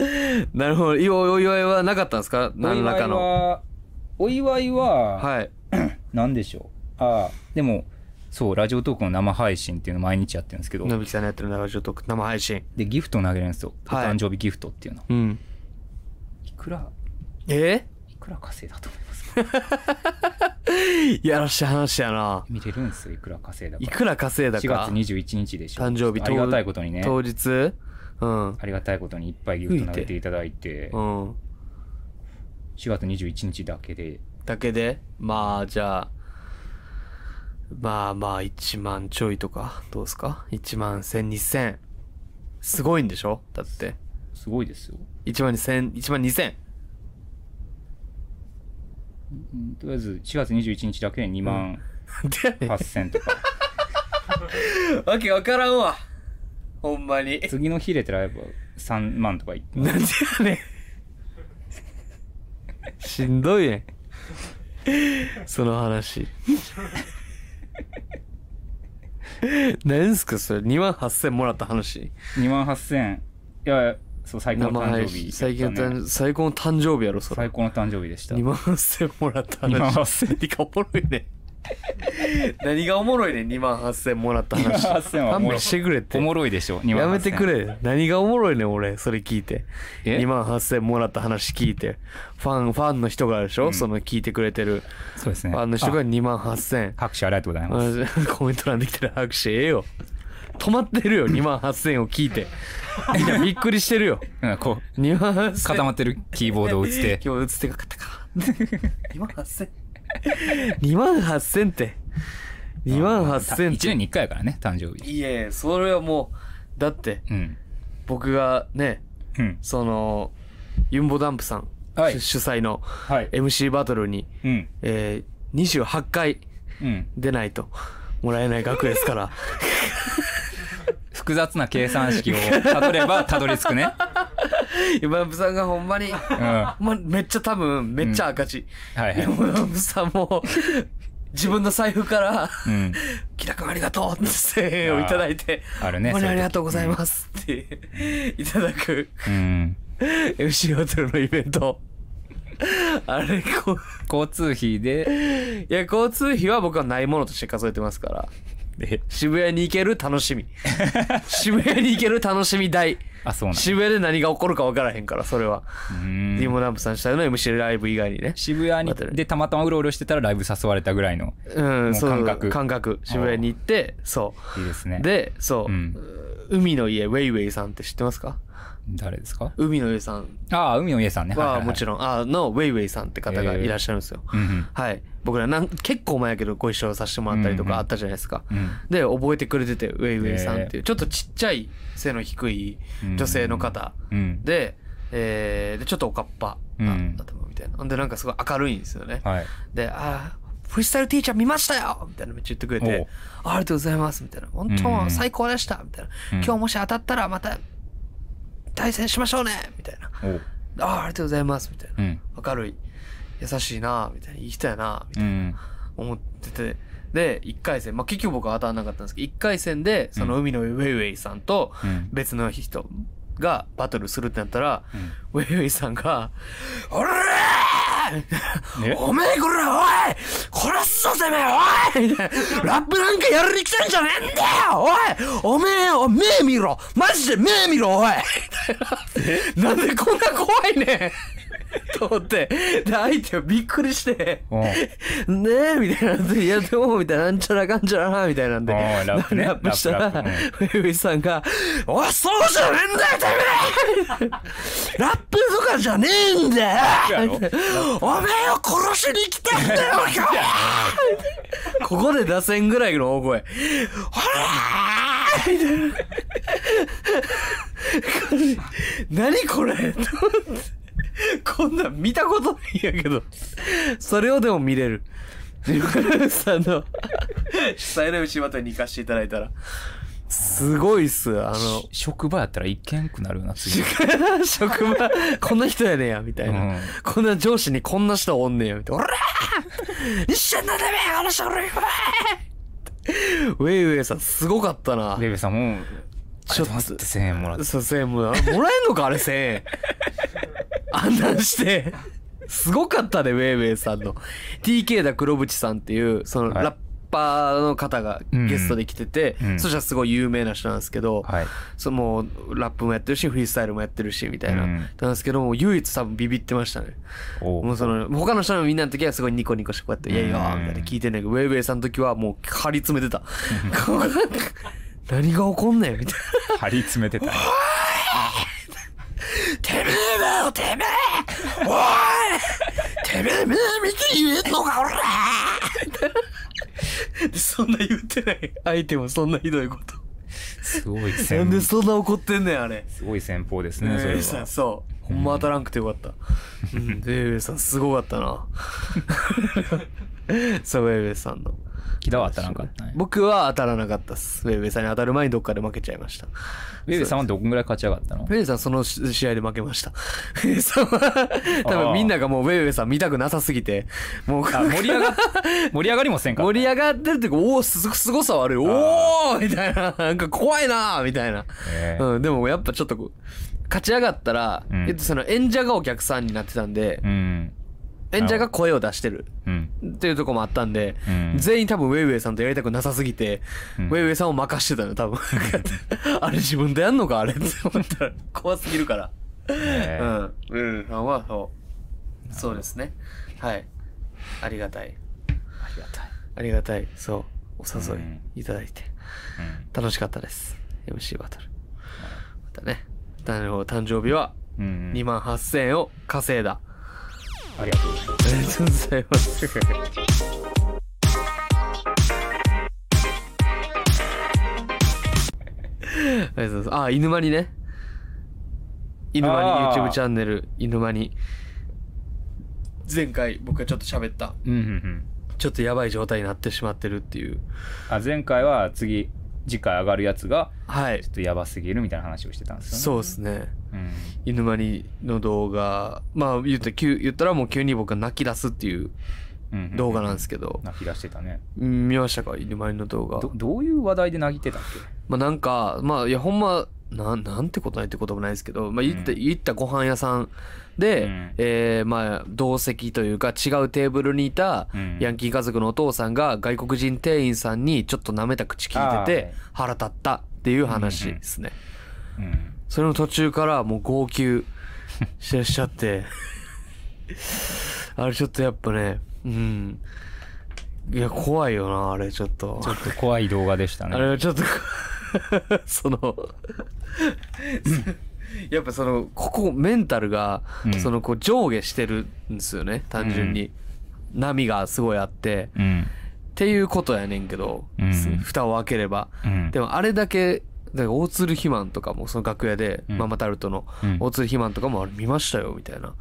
Speaker 2: なるほどいおお祝いはなかったんですか何らかの
Speaker 1: お祝いは
Speaker 2: はい
Speaker 1: 何でしょうああでもそうラジオトークの生配信っていうの毎日やってるんですけど
Speaker 2: のびきさんのやってるラジオトーク生配信
Speaker 1: でギフト投げるんですよ、
Speaker 2: はい
Speaker 1: お誕生日ギフトっていうの
Speaker 2: うん
Speaker 1: いくら
Speaker 2: え
Speaker 1: いくら稼いだと思います
Speaker 2: いやらしい話やな
Speaker 1: 見れるんですよいくら稼いだか
Speaker 2: いくら稼いだ
Speaker 1: 4
Speaker 2: か
Speaker 1: 月21日でしょ
Speaker 2: 誕生日
Speaker 1: ありがたいことにね
Speaker 2: 当日うん
Speaker 1: ありがたいことにいっぱいギフト投げていただいて
Speaker 2: うん
Speaker 1: 4月21日だけで
Speaker 2: だけでまあじゃあまあまあ1万ちょいとかどうですか1万10002000すごいんでしょだって
Speaker 1: すごいですよ
Speaker 2: 1万2000 1万2000
Speaker 1: うんとりあえず4月21日だけで2万8000と か
Speaker 2: わけわからんわほんまに
Speaker 1: 次の日入れたらやっぱ3万とかいって
Speaker 2: なんでやねんしんどいねんその 話何すかそれ2万8000もらった話
Speaker 1: 2万8000いやいやそう最高の誕
Speaker 2: 生
Speaker 1: 生
Speaker 2: 配
Speaker 1: 日
Speaker 2: 信最近の
Speaker 1: やったね
Speaker 2: 誕最高の誕生日やろそれ
Speaker 1: 最高の誕生日でした
Speaker 2: 2万8000もらった話
Speaker 1: 2万8000
Speaker 2: 何がおもろいねん何がおもろいねん2万8000もらった話
Speaker 1: 2万8000はおも
Speaker 2: 勘
Speaker 1: ろい
Speaker 2: 弁してくれって
Speaker 1: おもろいでしょ2
Speaker 2: やめてくれ。何がおもろいねん、俺。それ聞いて。
Speaker 1: え
Speaker 2: 2万8000もらった話聞いて。ファン、ファンの人があるでしょ、
Speaker 1: うん
Speaker 2: その聞いてくれてる。
Speaker 1: そうです
Speaker 2: フ
Speaker 1: ね
Speaker 2: ァンの人が2万8000
Speaker 1: あ。拍手ありがとうございます
Speaker 2: あ コメント欄できたら拍手ええよ。止まってるよ、2万8000を聞 いて。みんなびっくりしてるよ。
Speaker 1: うんこ
Speaker 2: 2万8000。
Speaker 1: う固まってるキーボードを打つて
Speaker 2: 今日映ってなかったか。2万8000。2万8000って。2万8000って。
Speaker 1: 1年に1回やからね誕生日
Speaker 2: いえ、それはもう、だって、
Speaker 1: うん
Speaker 2: 僕がね、
Speaker 1: うん
Speaker 2: そのユンボダンプさん、
Speaker 1: はい
Speaker 2: 主主催の
Speaker 1: はい
Speaker 2: MC バトルに、
Speaker 1: うん
Speaker 2: えー、28回
Speaker 1: うん
Speaker 2: 出ないともらえない額ですから
Speaker 1: 複雑な計算式をたどればたどり着くね
Speaker 2: ユンボダンプさんがほんまに、
Speaker 1: うんは
Speaker 2: ま、めっちゃ多分めっちゃ赤字、
Speaker 1: いは
Speaker 2: ユ
Speaker 1: い
Speaker 2: ンボダンプさんも自分の財布から
Speaker 1: うん
Speaker 2: 「木田君ありがとう」って声援をいただい て「
Speaker 1: あるね
Speaker 2: 本当に
Speaker 1: そういう時
Speaker 2: ありがとうございます」って、いただく
Speaker 1: うん
Speaker 2: MC バトルのイベントあれこう
Speaker 1: 交通費で
Speaker 2: いや、交通費は僕はないものとして数えてますから。
Speaker 1: え
Speaker 2: 渋谷に行ける楽しみ。渋谷に行ける楽しみ代。
Speaker 1: あそうなん
Speaker 2: 渋谷で何が起こるか分からへんから、それは。
Speaker 1: うん
Speaker 2: ディモランプさん主催の MC ライブ以外にね。
Speaker 1: 渋谷にでたまたまうろうろしてたらライブ誘われたぐらいの
Speaker 2: うん、
Speaker 1: もう
Speaker 2: そう
Speaker 1: 感覚
Speaker 2: 感覚。渋谷に行って、そ
Speaker 1: いいです
Speaker 2: う。
Speaker 1: ね
Speaker 2: で、そうう。
Speaker 1: ん
Speaker 2: う海の家ウェイウェイさんって知ってますか
Speaker 1: 誰ですか
Speaker 2: 海の家さん
Speaker 1: ああ海の家さんね
Speaker 2: はもち
Speaker 1: ろん
Speaker 2: ろん、あのウェイウェイさんって方がいらっしゃるんですよ。
Speaker 1: うん
Speaker 2: はい、僕らなん結構前やけどご一緒させてもらったりと
Speaker 1: うんうん
Speaker 2: かあったじゃないですか。
Speaker 1: うん
Speaker 2: で覚えてくれててウェイウェイさんっていうちょっとちっちゃい背の低い
Speaker 1: うん
Speaker 2: 女性の方
Speaker 1: うん
Speaker 2: で,、えーでちょっとおかっぱ
Speaker 1: う
Speaker 2: なんだと思うみたいな。ほんでなんかすごい明るいんですよね。
Speaker 1: はい
Speaker 2: で「あーフリースタイルティーチャー見ましたよ!」みたいなのめっちゃ言ってくれ
Speaker 1: おう
Speaker 2: て「あありがとうございます」みたいな「本当
Speaker 1: うんうん
Speaker 2: 最高でした」みたいな「
Speaker 1: うん
Speaker 2: 今日もし当たったらまた対戦しましょうね」みたいな
Speaker 1: おう
Speaker 2: 「ああありがとうございます」みたいな
Speaker 1: うん
Speaker 2: 明るい優しいなみたいないい人やなみた
Speaker 1: う
Speaker 2: いなん思っててで1回戦、まあ、結局僕は当たらなかったんですけど1回戦でその海の上ウェイウェイさんと
Speaker 1: うん
Speaker 2: 別の人がバトルするってなったら、
Speaker 1: うん
Speaker 2: ウェイウェイさんが「おらー!みたいな
Speaker 1: え」
Speaker 2: おめえこれおい殺すぞてめえおい!」みたいな「ラップなんかやりに来たんじゃねえんだよおいおめえお目見ろマジで目見ろおい!」みたいな「なんでこんな怖いねん!」と思ってで相手はびっくりして
Speaker 1: おう
Speaker 2: ねえみたいなんで、いやでもみたいな、なんちゃらかんちゃらなみたいなんで、
Speaker 1: おーラップね
Speaker 2: ラップしたら、
Speaker 1: ラ
Speaker 2: ウ
Speaker 1: ップラッ
Speaker 2: ェイウェイさんが、おい、そうじゃねえんだよ、てめえラップとかじゃねえんだよ
Speaker 1: そうや
Speaker 2: おめえを殺しに来たんだよ、ここで出せんぐらいの大声、ほらーみたいな。何これと思ってこんなん見たことないんやけどそれをでも見れる さんの主催の柴田に行かせていただいたらすごいっすあ
Speaker 1: し職場やったらいけんくなるよな次
Speaker 2: の職場こんな人やねんやみたいな、
Speaker 1: うん
Speaker 2: こんな上司にこんな人おんねんやみたいな「おらー一緒になってめえ話してくれ!」ウェイウェイさんすごかったな
Speaker 1: デビューさんもう
Speaker 2: ち
Speaker 1: ち
Speaker 2: ょ
Speaker 1: ょ
Speaker 2: っ
Speaker 1: っ
Speaker 2: と
Speaker 1: と待って1000円もらって
Speaker 2: そう、1000円もらもらえんのかあれ1000円。 あんなんして。すごかったね、ウェイウェイさんの。TK だ黒渕さんっていう、その
Speaker 1: はい
Speaker 2: ラッパーの方が
Speaker 1: うん
Speaker 2: ゲストで来てて、
Speaker 1: うん
Speaker 2: そしたらすごい有名な人なんですけど、
Speaker 1: はい
Speaker 2: そのラップもやってるし、フリースタイルもやってるし、みたいな。
Speaker 1: うん
Speaker 2: なんですけども、唯一多分ビビってましたね。
Speaker 1: お
Speaker 2: も
Speaker 1: う
Speaker 2: うその、他の人のみんなの時はすごいニコニコしてこうやって、いやいや
Speaker 1: うん
Speaker 2: みたいな聞いてんだけど、ウェイウェイさんの時はもう張り詰めてた。 何が起こんねんみたいな。
Speaker 1: 張り詰めてた
Speaker 2: てめえだよてめえおいてめえ目見て言えんのかおらでそんな言ってない相手もそんなひどいこと
Speaker 1: すごい
Speaker 2: な
Speaker 1: 戦
Speaker 2: んでそんな怒ってんねんあれ
Speaker 1: すごい戦法ですねそれ
Speaker 2: ねえ
Speaker 1: は
Speaker 2: そうほんま当たらんくてよかったうんウェイウェイさんすごかったな そうウェイウェイさんの
Speaker 1: 木田は当たらんかったね
Speaker 2: 僕は当たらなかったっすウェイウェイさんに当たる前にどっかで負けちゃいました
Speaker 1: ウェイウェイさんはどんぐらい勝ち上がったの
Speaker 2: ウェイウェイさんそのし試合で負けました。 ウェイウェイさんは、多分みんながもうウェイウェイさん見たくなさすぎて、もう
Speaker 1: あ盛り上がっ 盛り上がりもせんかった
Speaker 2: 盛り上がってるっていうか、おお、すご、すごさはあるよ。おおみたいな、 なんか怖いなみたいな。
Speaker 1: ええ
Speaker 2: うん、でもやっぱちょっとこう、勝ち上がったら、
Speaker 1: うん
Speaker 2: えっとその演者がお客さんになってたんで、
Speaker 1: うん
Speaker 2: 演者が声を出してる
Speaker 1: うん
Speaker 2: っていうとこもあったんで、
Speaker 1: うん
Speaker 2: 全員多分ウェイウェイさんとやりたくなさすぎて、
Speaker 1: うん
Speaker 2: ウェイウェイさんを任してたのよ多分 あれ自分でやんのかあれって思ったら怖すぎるから。
Speaker 1: え
Speaker 2: う
Speaker 1: え
Speaker 2: ん、ウェルさんはそうそうですねはいありがたい
Speaker 1: ありがたい
Speaker 2: ありがたいそうお誘
Speaker 1: うん
Speaker 2: いいただいて
Speaker 1: うん
Speaker 2: 楽しかったです MC バトルまたねあの誕生日は
Speaker 1: うん
Speaker 2: 2万8000円を稼いだ、
Speaker 1: ありがとうございます
Speaker 2: ありがとうございますありがとうございますあ犬間にね犬間に
Speaker 1: あー
Speaker 2: YouTube チャンネル犬間に前回僕がちょっと喋った
Speaker 1: うんうんうん
Speaker 2: ちょっとやばい状態になってしまってるっていう
Speaker 1: あ前回は次次回上がるやつが
Speaker 2: はい
Speaker 1: ちょっとやばすぎるみたいな話をしてたんですよ
Speaker 2: そうですね
Speaker 1: ね
Speaker 2: 犬間にの動画まあ言った急言ったらもう急に僕が泣き出すっていう
Speaker 1: うんうんうん
Speaker 2: 動画なんですけど、
Speaker 1: 泣き出してたね
Speaker 2: うん見ましたか犬間にの動画
Speaker 1: どどういう話題で泣いてたっ
Speaker 2: まあなんかまあいやほんまなんなんてことないってこともないですけど、まあ、言った、
Speaker 1: うん
Speaker 2: 言ったご飯屋さんで、
Speaker 1: うん
Speaker 2: えーまあ同席というか違うテーブルにいた
Speaker 1: うん
Speaker 2: ヤンキー家族のお父さんが外国人店員さんにちょっと舐めた口聞いてて腹立ったっていう話ですね、
Speaker 1: けう ん
Speaker 2: それの途中からもう号泣してらっしゃってあれちょっとやっぱねうんいや怖いよなあれちょっと
Speaker 1: ちょっと怖い動画でしたね
Speaker 2: あれはちょっと そのやっぱそのここメンタルが、
Speaker 1: うん
Speaker 2: そのこう上下してるんですよね単純に、波がすごいあって、っ
Speaker 1: うん
Speaker 2: ていうことやねんけど、
Speaker 1: うん
Speaker 2: 蓋を開ければ、
Speaker 1: うん
Speaker 2: でもあれだけだから大鶴肥満とかもその楽屋で、
Speaker 1: うん
Speaker 2: ママタルトの
Speaker 1: うん
Speaker 2: 大鶴肥満とかもあれ見ましたよみたいな、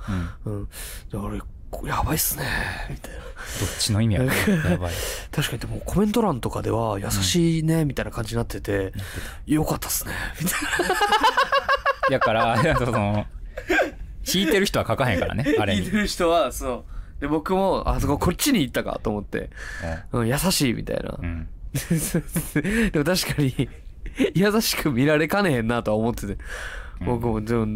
Speaker 1: うん
Speaker 2: うん、であれこやばいっすねみたいな
Speaker 1: どっちの意味やろやばい
Speaker 2: 確かにでもコメント欄とかでは優しいねみたいな感じになってて、よかったっすねみたいな
Speaker 1: だから なんかその引いてる人は書かへん からねあれ
Speaker 2: 聞
Speaker 1: に
Speaker 2: いてる人はそうで僕もあそここっちに行ったかと思って、うん、優しいみたいな
Speaker 1: う、ん
Speaker 2: でも確かに優しく見られかねへんなとは思ってて僕もでも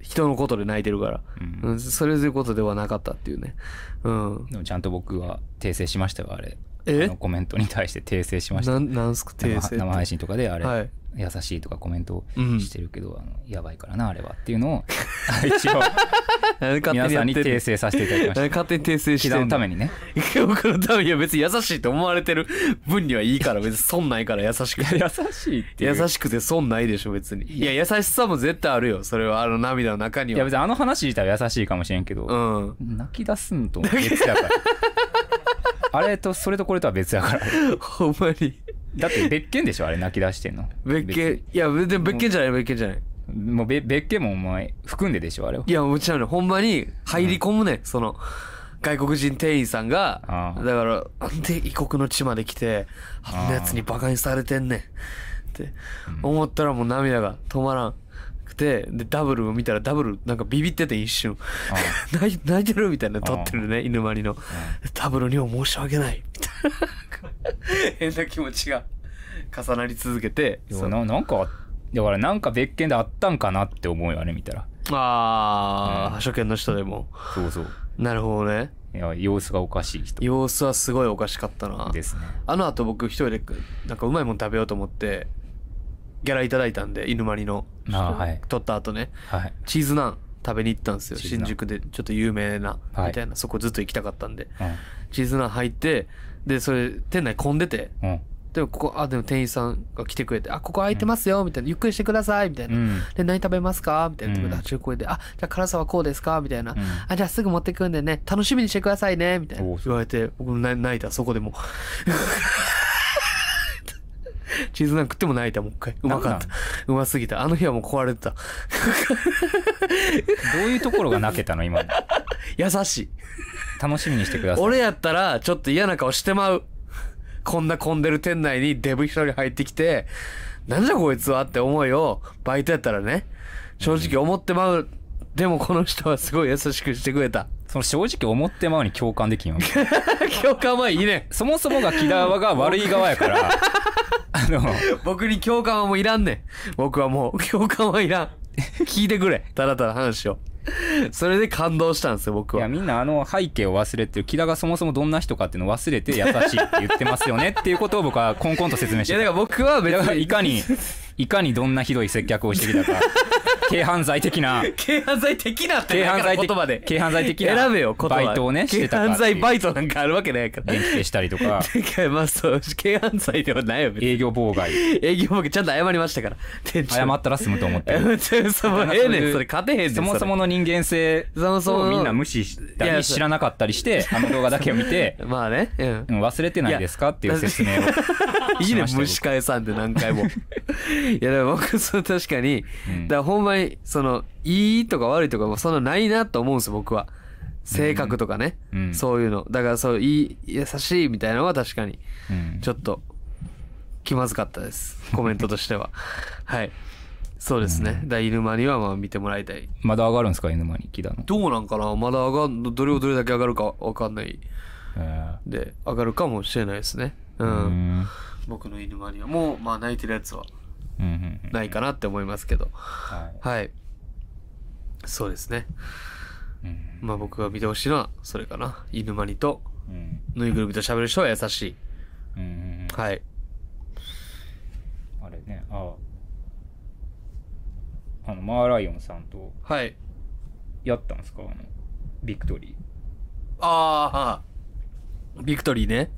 Speaker 2: 人のことで泣いてるから、
Speaker 1: うん
Speaker 2: うん、それぞれことではなかったっていうねうん
Speaker 1: でもちゃんと僕は訂正しましたよあれ
Speaker 2: え
Speaker 1: あのコメントに対して訂正しました
Speaker 2: なんなんすか訂
Speaker 1: 生
Speaker 2: 正って
Speaker 1: 生配信とかであれ、
Speaker 2: はい
Speaker 1: 優しいとかコメントしてるけど、あのやばいからなあれはっていう のを一応
Speaker 2: 勝手
Speaker 1: 皆
Speaker 2: に
Speaker 1: さ
Speaker 2: やっ
Speaker 1: んに
Speaker 2: て
Speaker 1: 訂
Speaker 2: る
Speaker 1: 正させていただきました
Speaker 2: 勝手に訂正し
Speaker 1: 岸
Speaker 2: てんの
Speaker 1: 田のためにね
Speaker 2: 僕のためには別に優しいと思われてる分にはいいから別に損ないから優しくて
Speaker 1: しいって
Speaker 2: 優
Speaker 1: 優し
Speaker 2: しくて損ないでしょ別にいや優しさも絶対あるよそれはあの涙の中
Speaker 1: い
Speaker 2: に
Speaker 1: や
Speaker 2: は
Speaker 1: 別にあの話自体は優しいかもしれんけど、
Speaker 2: うん
Speaker 1: 泣き出すんとも別だから あれとそれとこれとは別だから
Speaker 2: ほんまに
Speaker 1: だって別件でしょあれ泣き出してんの
Speaker 2: 別件いや別別件じゃない別件じゃない
Speaker 1: 別にもう別別件もお前含んででしょあれはい
Speaker 2: やもちろんねほんまに入り込むね、その外国人店員さんが
Speaker 1: ああ
Speaker 2: だからなんで異国の地まで来てあんなやつにバカにされてんねんって思ったらもう涙が止まらんくてでダブルを見たらダブルなんかビビってて一瞬 泣い泣いてるみたいな撮ってるね犬マリのダブルにも申し訳ない みたいな変な気持ちが重なり続けて
Speaker 1: いやななんかだからなんか別件であったんかなって思うよあれ見たら
Speaker 2: ああ、初見の人でも
Speaker 1: そうそう
Speaker 2: なるほどね
Speaker 1: いや様子がおかしい人
Speaker 2: 様子はすごいおかしかったな
Speaker 1: ですね
Speaker 2: あの後僕一人でなんかうまいもん食べようと思ってギャラいただいたんで犬マリの
Speaker 1: あーはい
Speaker 2: 取った後ね
Speaker 1: はい
Speaker 2: チーズナン食べに行ったんですよ
Speaker 1: チーズナン
Speaker 2: 新宿でちょっと有名なみ
Speaker 1: はい
Speaker 2: たいな、そこずっと行きたかったんで
Speaker 1: う
Speaker 2: チーズナン入ってでそれ店内混んでて
Speaker 1: んうん
Speaker 2: でもここあでも店員さんが来てくれて「あここ空いてますよ」みたいな「ゆっくりしてください」みたいな「
Speaker 1: うん
Speaker 2: で何食べますか?」みたいなところ
Speaker 1: う
Speaker 2: で
Speaker 1: ん
Speaker 2: あ中古屋で「あじゃあ辛さはこうですか?」みたいな、
Speaker 1: うん
Speaker 2: あ「じゃあすぐ持ってくんでね楽しみにしてくださいね」みたい
Speaker 1: お
Speaker 2: な
Speaker 1: う
Speaker 2: 言われて僕もな泣いたそ こでもうチーズナン食っても泣いたもう一回うまかった
Speaker 1: なん
Speaker 2: うますぎたあの日はもう壊れてた
Speaker 1: どういうところが泣けたの今の
Speaker 2: 優しい
Speaker 1: 楽しみにしてください
Speaker 2: 俺やったらちょっと嫌な顔してまうこんな混んでる店内にデブ一人入ってきてなんじゃこいつはって思いをバイトやったらね正直思ってまう、でもこの人はすごい優しくしてくれた
Speaker 1: その正直思ってまうに共感できんわ
Speaker 2: 共感はいいね
Speaker 1: そもそもが木田はが悪い側やから あの
Speaker 2: ん僕に共感はもういらんねん僕はもう 共感はいらん聞いてくれただただ話をそれで感動したんですよ僕
Speaker 1: い
Speaker 2: は
Speaker 1: やみんなあの背景を忘れてる木田がそもそもどんな人かっていうのを忘れて優しいって言ってますよ ねっていうことを僕はコンコンと説明して
Speaker 2: いや
Speaker 1: る
Speaker 2: だから僕は別
Speaker 1: だから
Speaker 2: に
Speaker 1: いかにいかにどんなひどい接客をしてきた か軽犯罪的 な
Speaker 2: 軽犯罪的なっ
Speaker 1: 軽
Speaker 2: てだ
Speaker 1: 犯
Speaker 2: から
Speaker 1: 罪
Speaker 2: 言
Speaker 1: 的
Speaker 2: 葉で
Speaker 1: 軽犯罪的な
Speaker 2: 選べよ言葉
Speaker 1: バイトをねしてたか
Speaker 2: 軽犯罪バ
Speaker 1: イ
Speaker 2: イトなんかあるわけないから
Speaker 1: 現地でしたりと か
Speaker 2: てかまあそう軽犯罪ではないよ別に
Speaker 1: 営業妨害
Speaker 2: 営業僕ちゃんと謝りましたから店長
Speaker 1: 謝 ったら済むと思ってる
Speaker 2: 謝ってそのええねんそれ勝てへんね ん
Speaker 1: そもそもの人間性
Speaker 2: そもそも
Speaker 1: を
Speaker 2: の
Speaker 1: みんな無視した
Speaker 2: い
Speaker 1: り
Speaker 2: やそう
Speaker 1: 知らなかったりしてあの動画だけを見て
Speaker 2: れまあねうん
Speaker 1: うん忘れてないですかっていう説 明を
Speaker 2: いいね
Speaker 1: しましたよ
Speaker 2: 蒸し返さんで何回 もいやでも僕その確かに、
Speaker 1: うん
Speaker 2: だからほんまにそのいいとか悪いとかもそんなないなと思うんですよ僕は性格とかね、
Speaker 1: うん
Speaker 2: そういうのだからそういい優しいみたいなのは確かに
Speaker 1: うん
Speaker 2: ちょっと気まずかったですコメントとし てははいそうですね、だから犬間にはまあ見てもらいたい
Speaker 1: まだ上がるんですか犬間に木田の
Speaker 2: どうなんかなまだ上がんどれをどれだけ上がるかわかんない
Speaker 1: え
Speaker 2: で上がるかもしれないですねう、
Speaker 1: ーうんん
Speaker 2: 僕の犬間にはもうまあ泣いてるやつは
Speaker 1: うんうんうん
Speaker 2: ないかなって思いますけど
Speaker 1: は
Speaker 2: はいそうですね
Speaker 1: いうん
Speaker 2: まあ僕が見てほしいのはそれかな犬間にと
Speaker 1: うん
Speaker 2: ぬいぐるみと喋る人は優し
Speaker 1: うんうん
Speaker 2: いはい
Speaker 1: あれねあああのマーライオンさんと
Speaker 2: はい
Speaker 1: やったんですかあのビクトリー
Speaker 2: ああビクトリーね。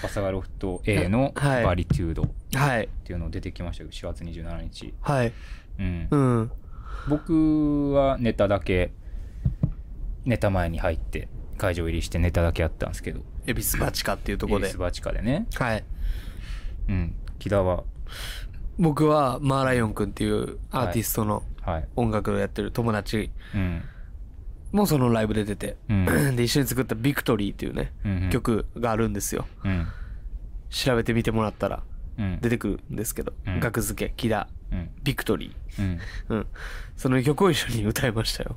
Speaker 1: パサガロフト A の
Speaker 2: はい
Speaker 1: バリテュードっ
Speaker 2: はい。
Speaker 1: ていうの出てきましたけど4月27日、
Speaker 2: はい。
Speaker 1: うん
Speaker 2: うん。
Speaker 1: 僕はネタだけネタ前に入って会場入りしてネタだけやったんですけど
Speaker 2: エビスバチカっていうとこ
Speaker 1: エ
Speaker 2: で
Speaker 1: ース。バチカでね、
Speaker 2: はい。
Speaker 1: うん、木田は、
Speaker 2: 僕はマーライオンくんっていうアーティストの
Speaker 1: はい
Speaker 2: 音楽をやってる友達
Speaker 1: うん
Speaker 2: もそのライブで出て、
Speaker 1: うん
Speaker 2: で、一緒に作ったビクトリーっていうね、
Speaker 1: うんうん
Speaker 2: 曲があるんですよ。
Speaker 1: うん
Speaker 2: 調べてみてもらったら
Speaker 1: うん
Speaker 2: 出てくるんですけど、
Speaker 1: うん
Speaker 2: 額付け、木田、
Speaker 1: うん
Speaker 2: ビクトリ
Speaker 1: うん、
Speaker 2: ー。うん。その曲を一緒に歌いましたよ。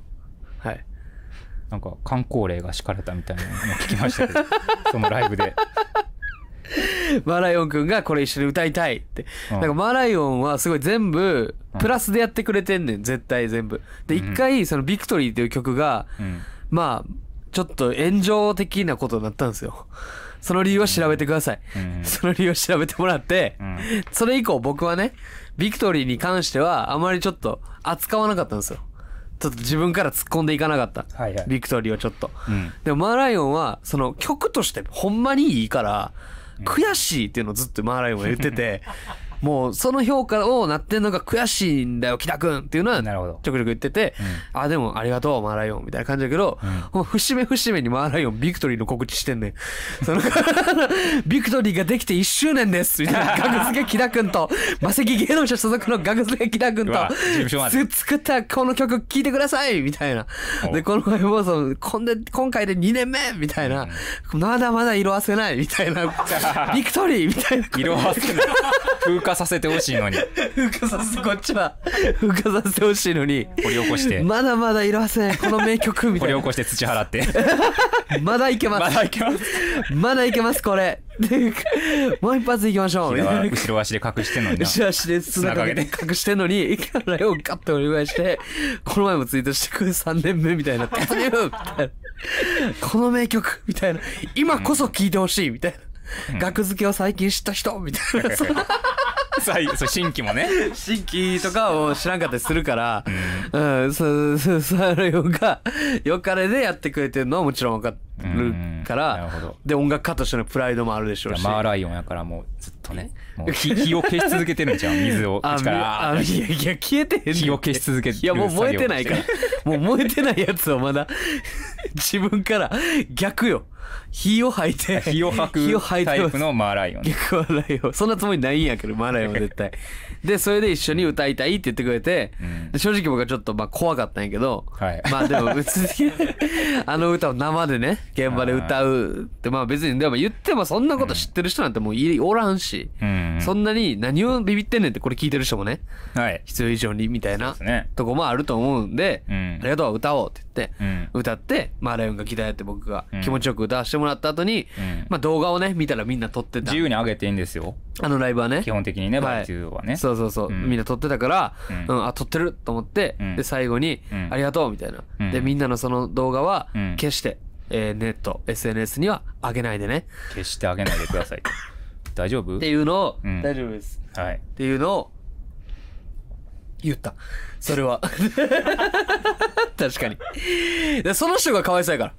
Speaker 2: はい。
Speaker 1: なんか観光令が敷かれたみたいなのも聞きましたけ どそのライブで
Speaker 2: マーライオンくんがこれ一緒に歌いたいって、
Speaker 1: うん
Speaker 2: なんかマーライオンはすごい全部
Speaker 1: うん
Speaker 2: プラスでやってくれてんねん絶対全部で
Speaker 1: うん
Speaker 2: 一回その「ビクトリー」っていう曲が
Speaker 1: うん
Speaker 2: まあちょっと炎上的なことになったんですよその理由を調べてください、
Speaker 1: うん
Speaker 2: その理由を調べてもらって、
Speaker 1: うん
Speaker 2: それ以降僕はねビクトリーに関してはあまりちょっと扱わなかったんですよちょっと自分から突っ込んでいかなかった、
Speaker 1: はいはい
Speaker 2: ビクトリーをちょっと、
Speaker 1: うん
Speaker 2: でもマーライオンはその曲としてほんまにいいから悔しいっていうのをずっとマーライオンは言っ ててもうその評価をなってんのが悔しいんだよ木田君っていうのは
Speaker 1: なるほど
Speaker 2: ちょくちょく言ってて、あでもありがとうマーライオンみたいな感じだけど、もう節目節目にマーライオンビクトリーの告知してんねんそのビクトリーができて1周年ですみたいな学付け木田君 とマセキ芸能者所属の学付け木田
Speaker 1: う
Speaker 2: 君と
Speaker 1: わ事務所まで
Speaker 2: つ作ったこの曲聴いてくださいみたいな
Speaker 1: お
Speaker 2: でこの回放送こんで今回で2年目みたいな、まだまだ色褪せないみた いなビクトリーみたいな
Speaker 1: 色褪せない風化させてほしいのに
Speaker 2: 風化させてこっちは風化させてほしいのに
Speaker 1: 掘り起こして
Speaker 2: まだまだ色褪せないこの名曲み
Speaker 1: 掘
Speaker 2: た
Speaker 1: り
Speaker 2: いな
Speaker 1: 起こして土払って
Speaker 2: まだいけます
Speaker 1: まだいけます
Speaker 2: まだいけますこれでもう一発いきましょうみ
Speaker 1: 平
Speaker 2: た
Speaker 1: はい
Speaker 2: な
Speaker 1: 後ろ足で隠してんの にな
Speaker 2: 後ろ足で砂かけて隠してんのに、いくらをガッて折り返して、この前もツイートしてくる3年目みたいな、突入みたいな。この名曲みたいな。今こそ聴いてほしいみたいな。額付けを最近知った人みた いな。その
Speaker 1: さいそう新規もね
Speaker 2: 新規とかを知らんかったりするから、うん、そう、 そう、そう、レオが、よかれでやってくれてるのはもちろんわかるか
Speaker 1: うんなるほ
Speaker 2: ら
Speaker 1: ど、
Speaker 2: で、音楽家としてのプライドもあるでしょうし。
Speaker 1: マーライオンやからもうずっとねもう火火を消し続けてるんじゃん水を
Speaker 2: あ
Speaker 1: 口
Speaker 2: み
Speaker 1: から
Speaker 2: あいやいや消えてへんねん
Speaker 1: 火を消し続けてる
Speaker 2: いやもう燃えてないから
Speaker 1: 作
Speaker 2: もう燃えてないやつをまだ 自分から逆よ火を吐いて
Speaker 1: 火を吐く
Speaker 2: 吐い
Speaker 1: タ
Speaker 2: てま
Speaker 1: イ
Speaker 2: す
Speaker 1: プのマーライオン
Speaker 2: 逆笑いをそんなつもりないんやけどマライオンは 絶対でそれで一緒に歌いたいって言ってくれて、
Speaker 1: うん
Speaker 2: で正直僕はちょっとまあ怖かったんやけど、
Speaker 1: はい
Speaker 2: まあでも別に あの歌を生でね現場で歌うってまあ別にでも言ってもそんなこと知ってる人なんてもういおらんし、
Speaker 1: うん
Speaker 2: そんなに何をビビってんねんってこれ聞いてる人もね
Speaker 1: はい
Speaker 2: 必要以上にみたいな
Speaker 1: ですね
Speaker 2: とこもあると思うんで、
Speaker 1: うん
Speaker 2: ありがとう歌おうって言って、
Speaker 1: うん
Speaker 2: 歌って、まあ、ライオンがギターやって僕が
Speaker 1: うん
Speaker 2: 気持ちよく歌わせてもらった後に、
Speaker 1: うん
Speaker 2: まあ、動画をね見たらみんな撮ってた
Speaker 1: 自由に上げていいんですよ
Speaker 2: あのライブはね
Speaker 1: 基本的にね
Speaker 2: はい
Speaker 1: バーテューはね
Speaker 2: そうそうそう、
Speaker 1: うん
Speaker 2: みんな撮ってたから、
Speaker 1: う
Speaker 2: うんんあ撮ってると思って、
Speaker 1: うん
Speaker 2: で最後に、
Speaker 1: うん
Speaker 2: ありがとう」みたいな、
Speaker 1: うん
Speaker 2: でみんなのその動画は
Speaker 1: うん
Speaker 2: 決して、えーネット SNS には上げないでね
Speaker 1: 消してあげないでくだ さい大丈夫
Speaker 2: っていうのを、
Speaker 1: うん
Speaker 2: 大丈夫です
Speaker 1: はい
Speaker 2: っていうのを言った それは 確かにでその人がかわいそうやから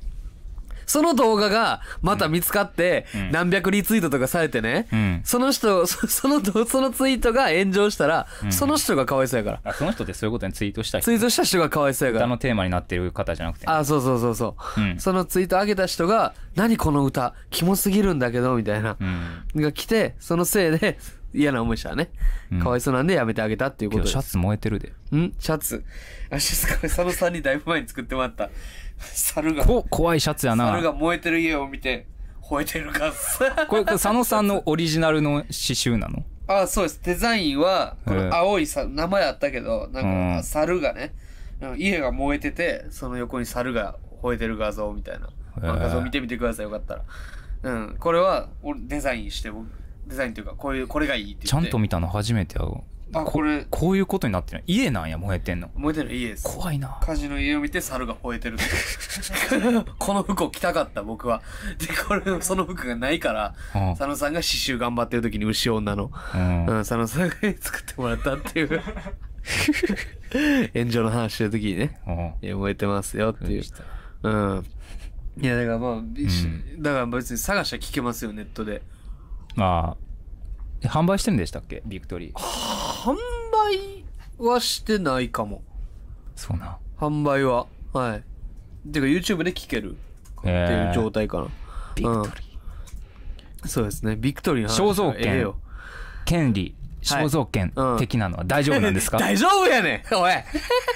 Speaker 2: その動画がまた見つかって
Speaker 1: うん
Speaker 2: 何百リツイートとかされてね、
Speaker 1: うん
Speaker 2: その人 そその動そのツイートが炎上したら、その人がかわいそうやから
Speaker 1: あその人ってそういうことにツイートした人
Speaker 2: ツイートした人がかわいそうやか
Speaker 1: 歌
Speaker 2: ら
Speaker 1: のテーマになってる方じゃなくて
Speaker 2: あそうそうそうそう、
Speaker 1: うん
Speaker 2: そのツイート上げた人が「何この歌キモすぎるんだけど」みたいな、
Speaker 1: うん
Speaker 2: が来てそのせいで嫌な思いしたらね、
Speaker 1: うん
Speaker 2: かわいそうなんでやめてあげたっていう
Speaker 1: けど
Speaker 2: ことで
Speaker 1: シ
Speaker 2: す
Speaker 1: ャツ燃えてるで
Speaker 2: んシャツあしすかめさんのさんにだいぶ前に作ってもらった猿が
Speaker 1: こ怖いシャツや
Speaker 2: 猿
Speaker 1: な
Speaker 2: が燃えてる家を見て吠えてるガス
Speaker 1: これ佐野さんのオリジナルの刺繍なの
Speaker 2: あそうですデザインはこの青いさ名前あったけどなん
Speaker 1: うん
Speaker 2: か猿がねなんか家が燃えててその横に猿が吠えてる画像みたいな、まあ
Speaker 1: へえ
Speaker 2: 画像見てみてくださいよかったらうんこれは俺デザインして僕デザインというかこういうこれがいいって
Speaker 1: ちゃ
Speaker 2: 言っ
Speaker 1: ん
Speaker 2: て
Speaker 1: と見たの初めてやわ
Speaker 2: あこれ
Speaker 1: こういうことになってない家なんや燃えてんの
Speaker 2: 燃えてる家です
Speaker 1: 怖いな
Speaker 2: 火事の家を見て猿が吠えてる この服を着たかった僕はでこれその服がないから
Speaker 1: うん
Speaker 2: 佐野さんが刺繍頑張ってる時に牛女の、
Speaker 1: うん
Speaker 2: うん、佐野さんが作ってもらったっていう 炎上の話してる時にね
Speaker 1: うん
Speaker 2: いや燃えてますよっていう、うん、いやだからまあ、し
Speaker 1: うん
Speaker 2: だから別に探しは聞けますよネットで
Speaker 1: ああえ販売してるんでしたっけビクトリー
Speaker 2: 販売はしてないかも
Speaker 1: そうな
Speaker 2: 販売ははいていうか YouTube で聞ける
Speaker 1: って
Speaker 2: っていう状態かな、
Speaker 1: ビクトリー
Speaker 2: そうですねビクトリーの話
Speaker 1: 肖像権
Speaker 2: ええよ
Speaker 1: 権利肖像権
Speaker 2: うん
Speaker 1: 的なのは大丈夫なんですか、
Speaker 2: 大丈夫やねんおい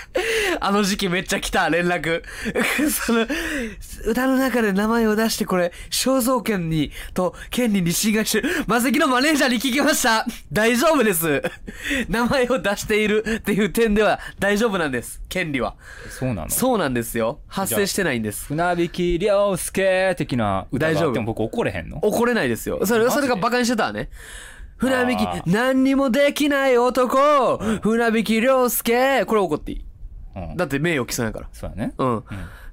Speaker 2: あの時期めっちゃ来た連絡 その歌の中で名前を出してこれ肖像権にと権利に侵害してるマセキのマネージャーに聞きました大丈夫です名前を出しているっていう点では大丈夫なんです権利は
Speaker 1: そうなの
Speaker 2: そうなんですよ発生してないんです
Speaker 1: 船引き涼介的な歌
Speaker 2: 大
Speaker 1: が
Speaker 2: 丈
Speaker 1: あ
Speaker 2: 夫
Speaker 1: っても僕怒れへんの
Speaker 2: 怒れないですよ。そ
Speaker 1: マ
Speaker 2: れ、
Speaker 1: ジで
Speaker 2: それが馬鹿にしてたわね。船引
Speaker 1: あー
Speaker 2: き、何にもできない男船引き良介これ怒っていい。
Speaker 1: うん
Speaker 2: だって名誉毀損やから。
Speaker 1: そうやね
Speaker 2: うん。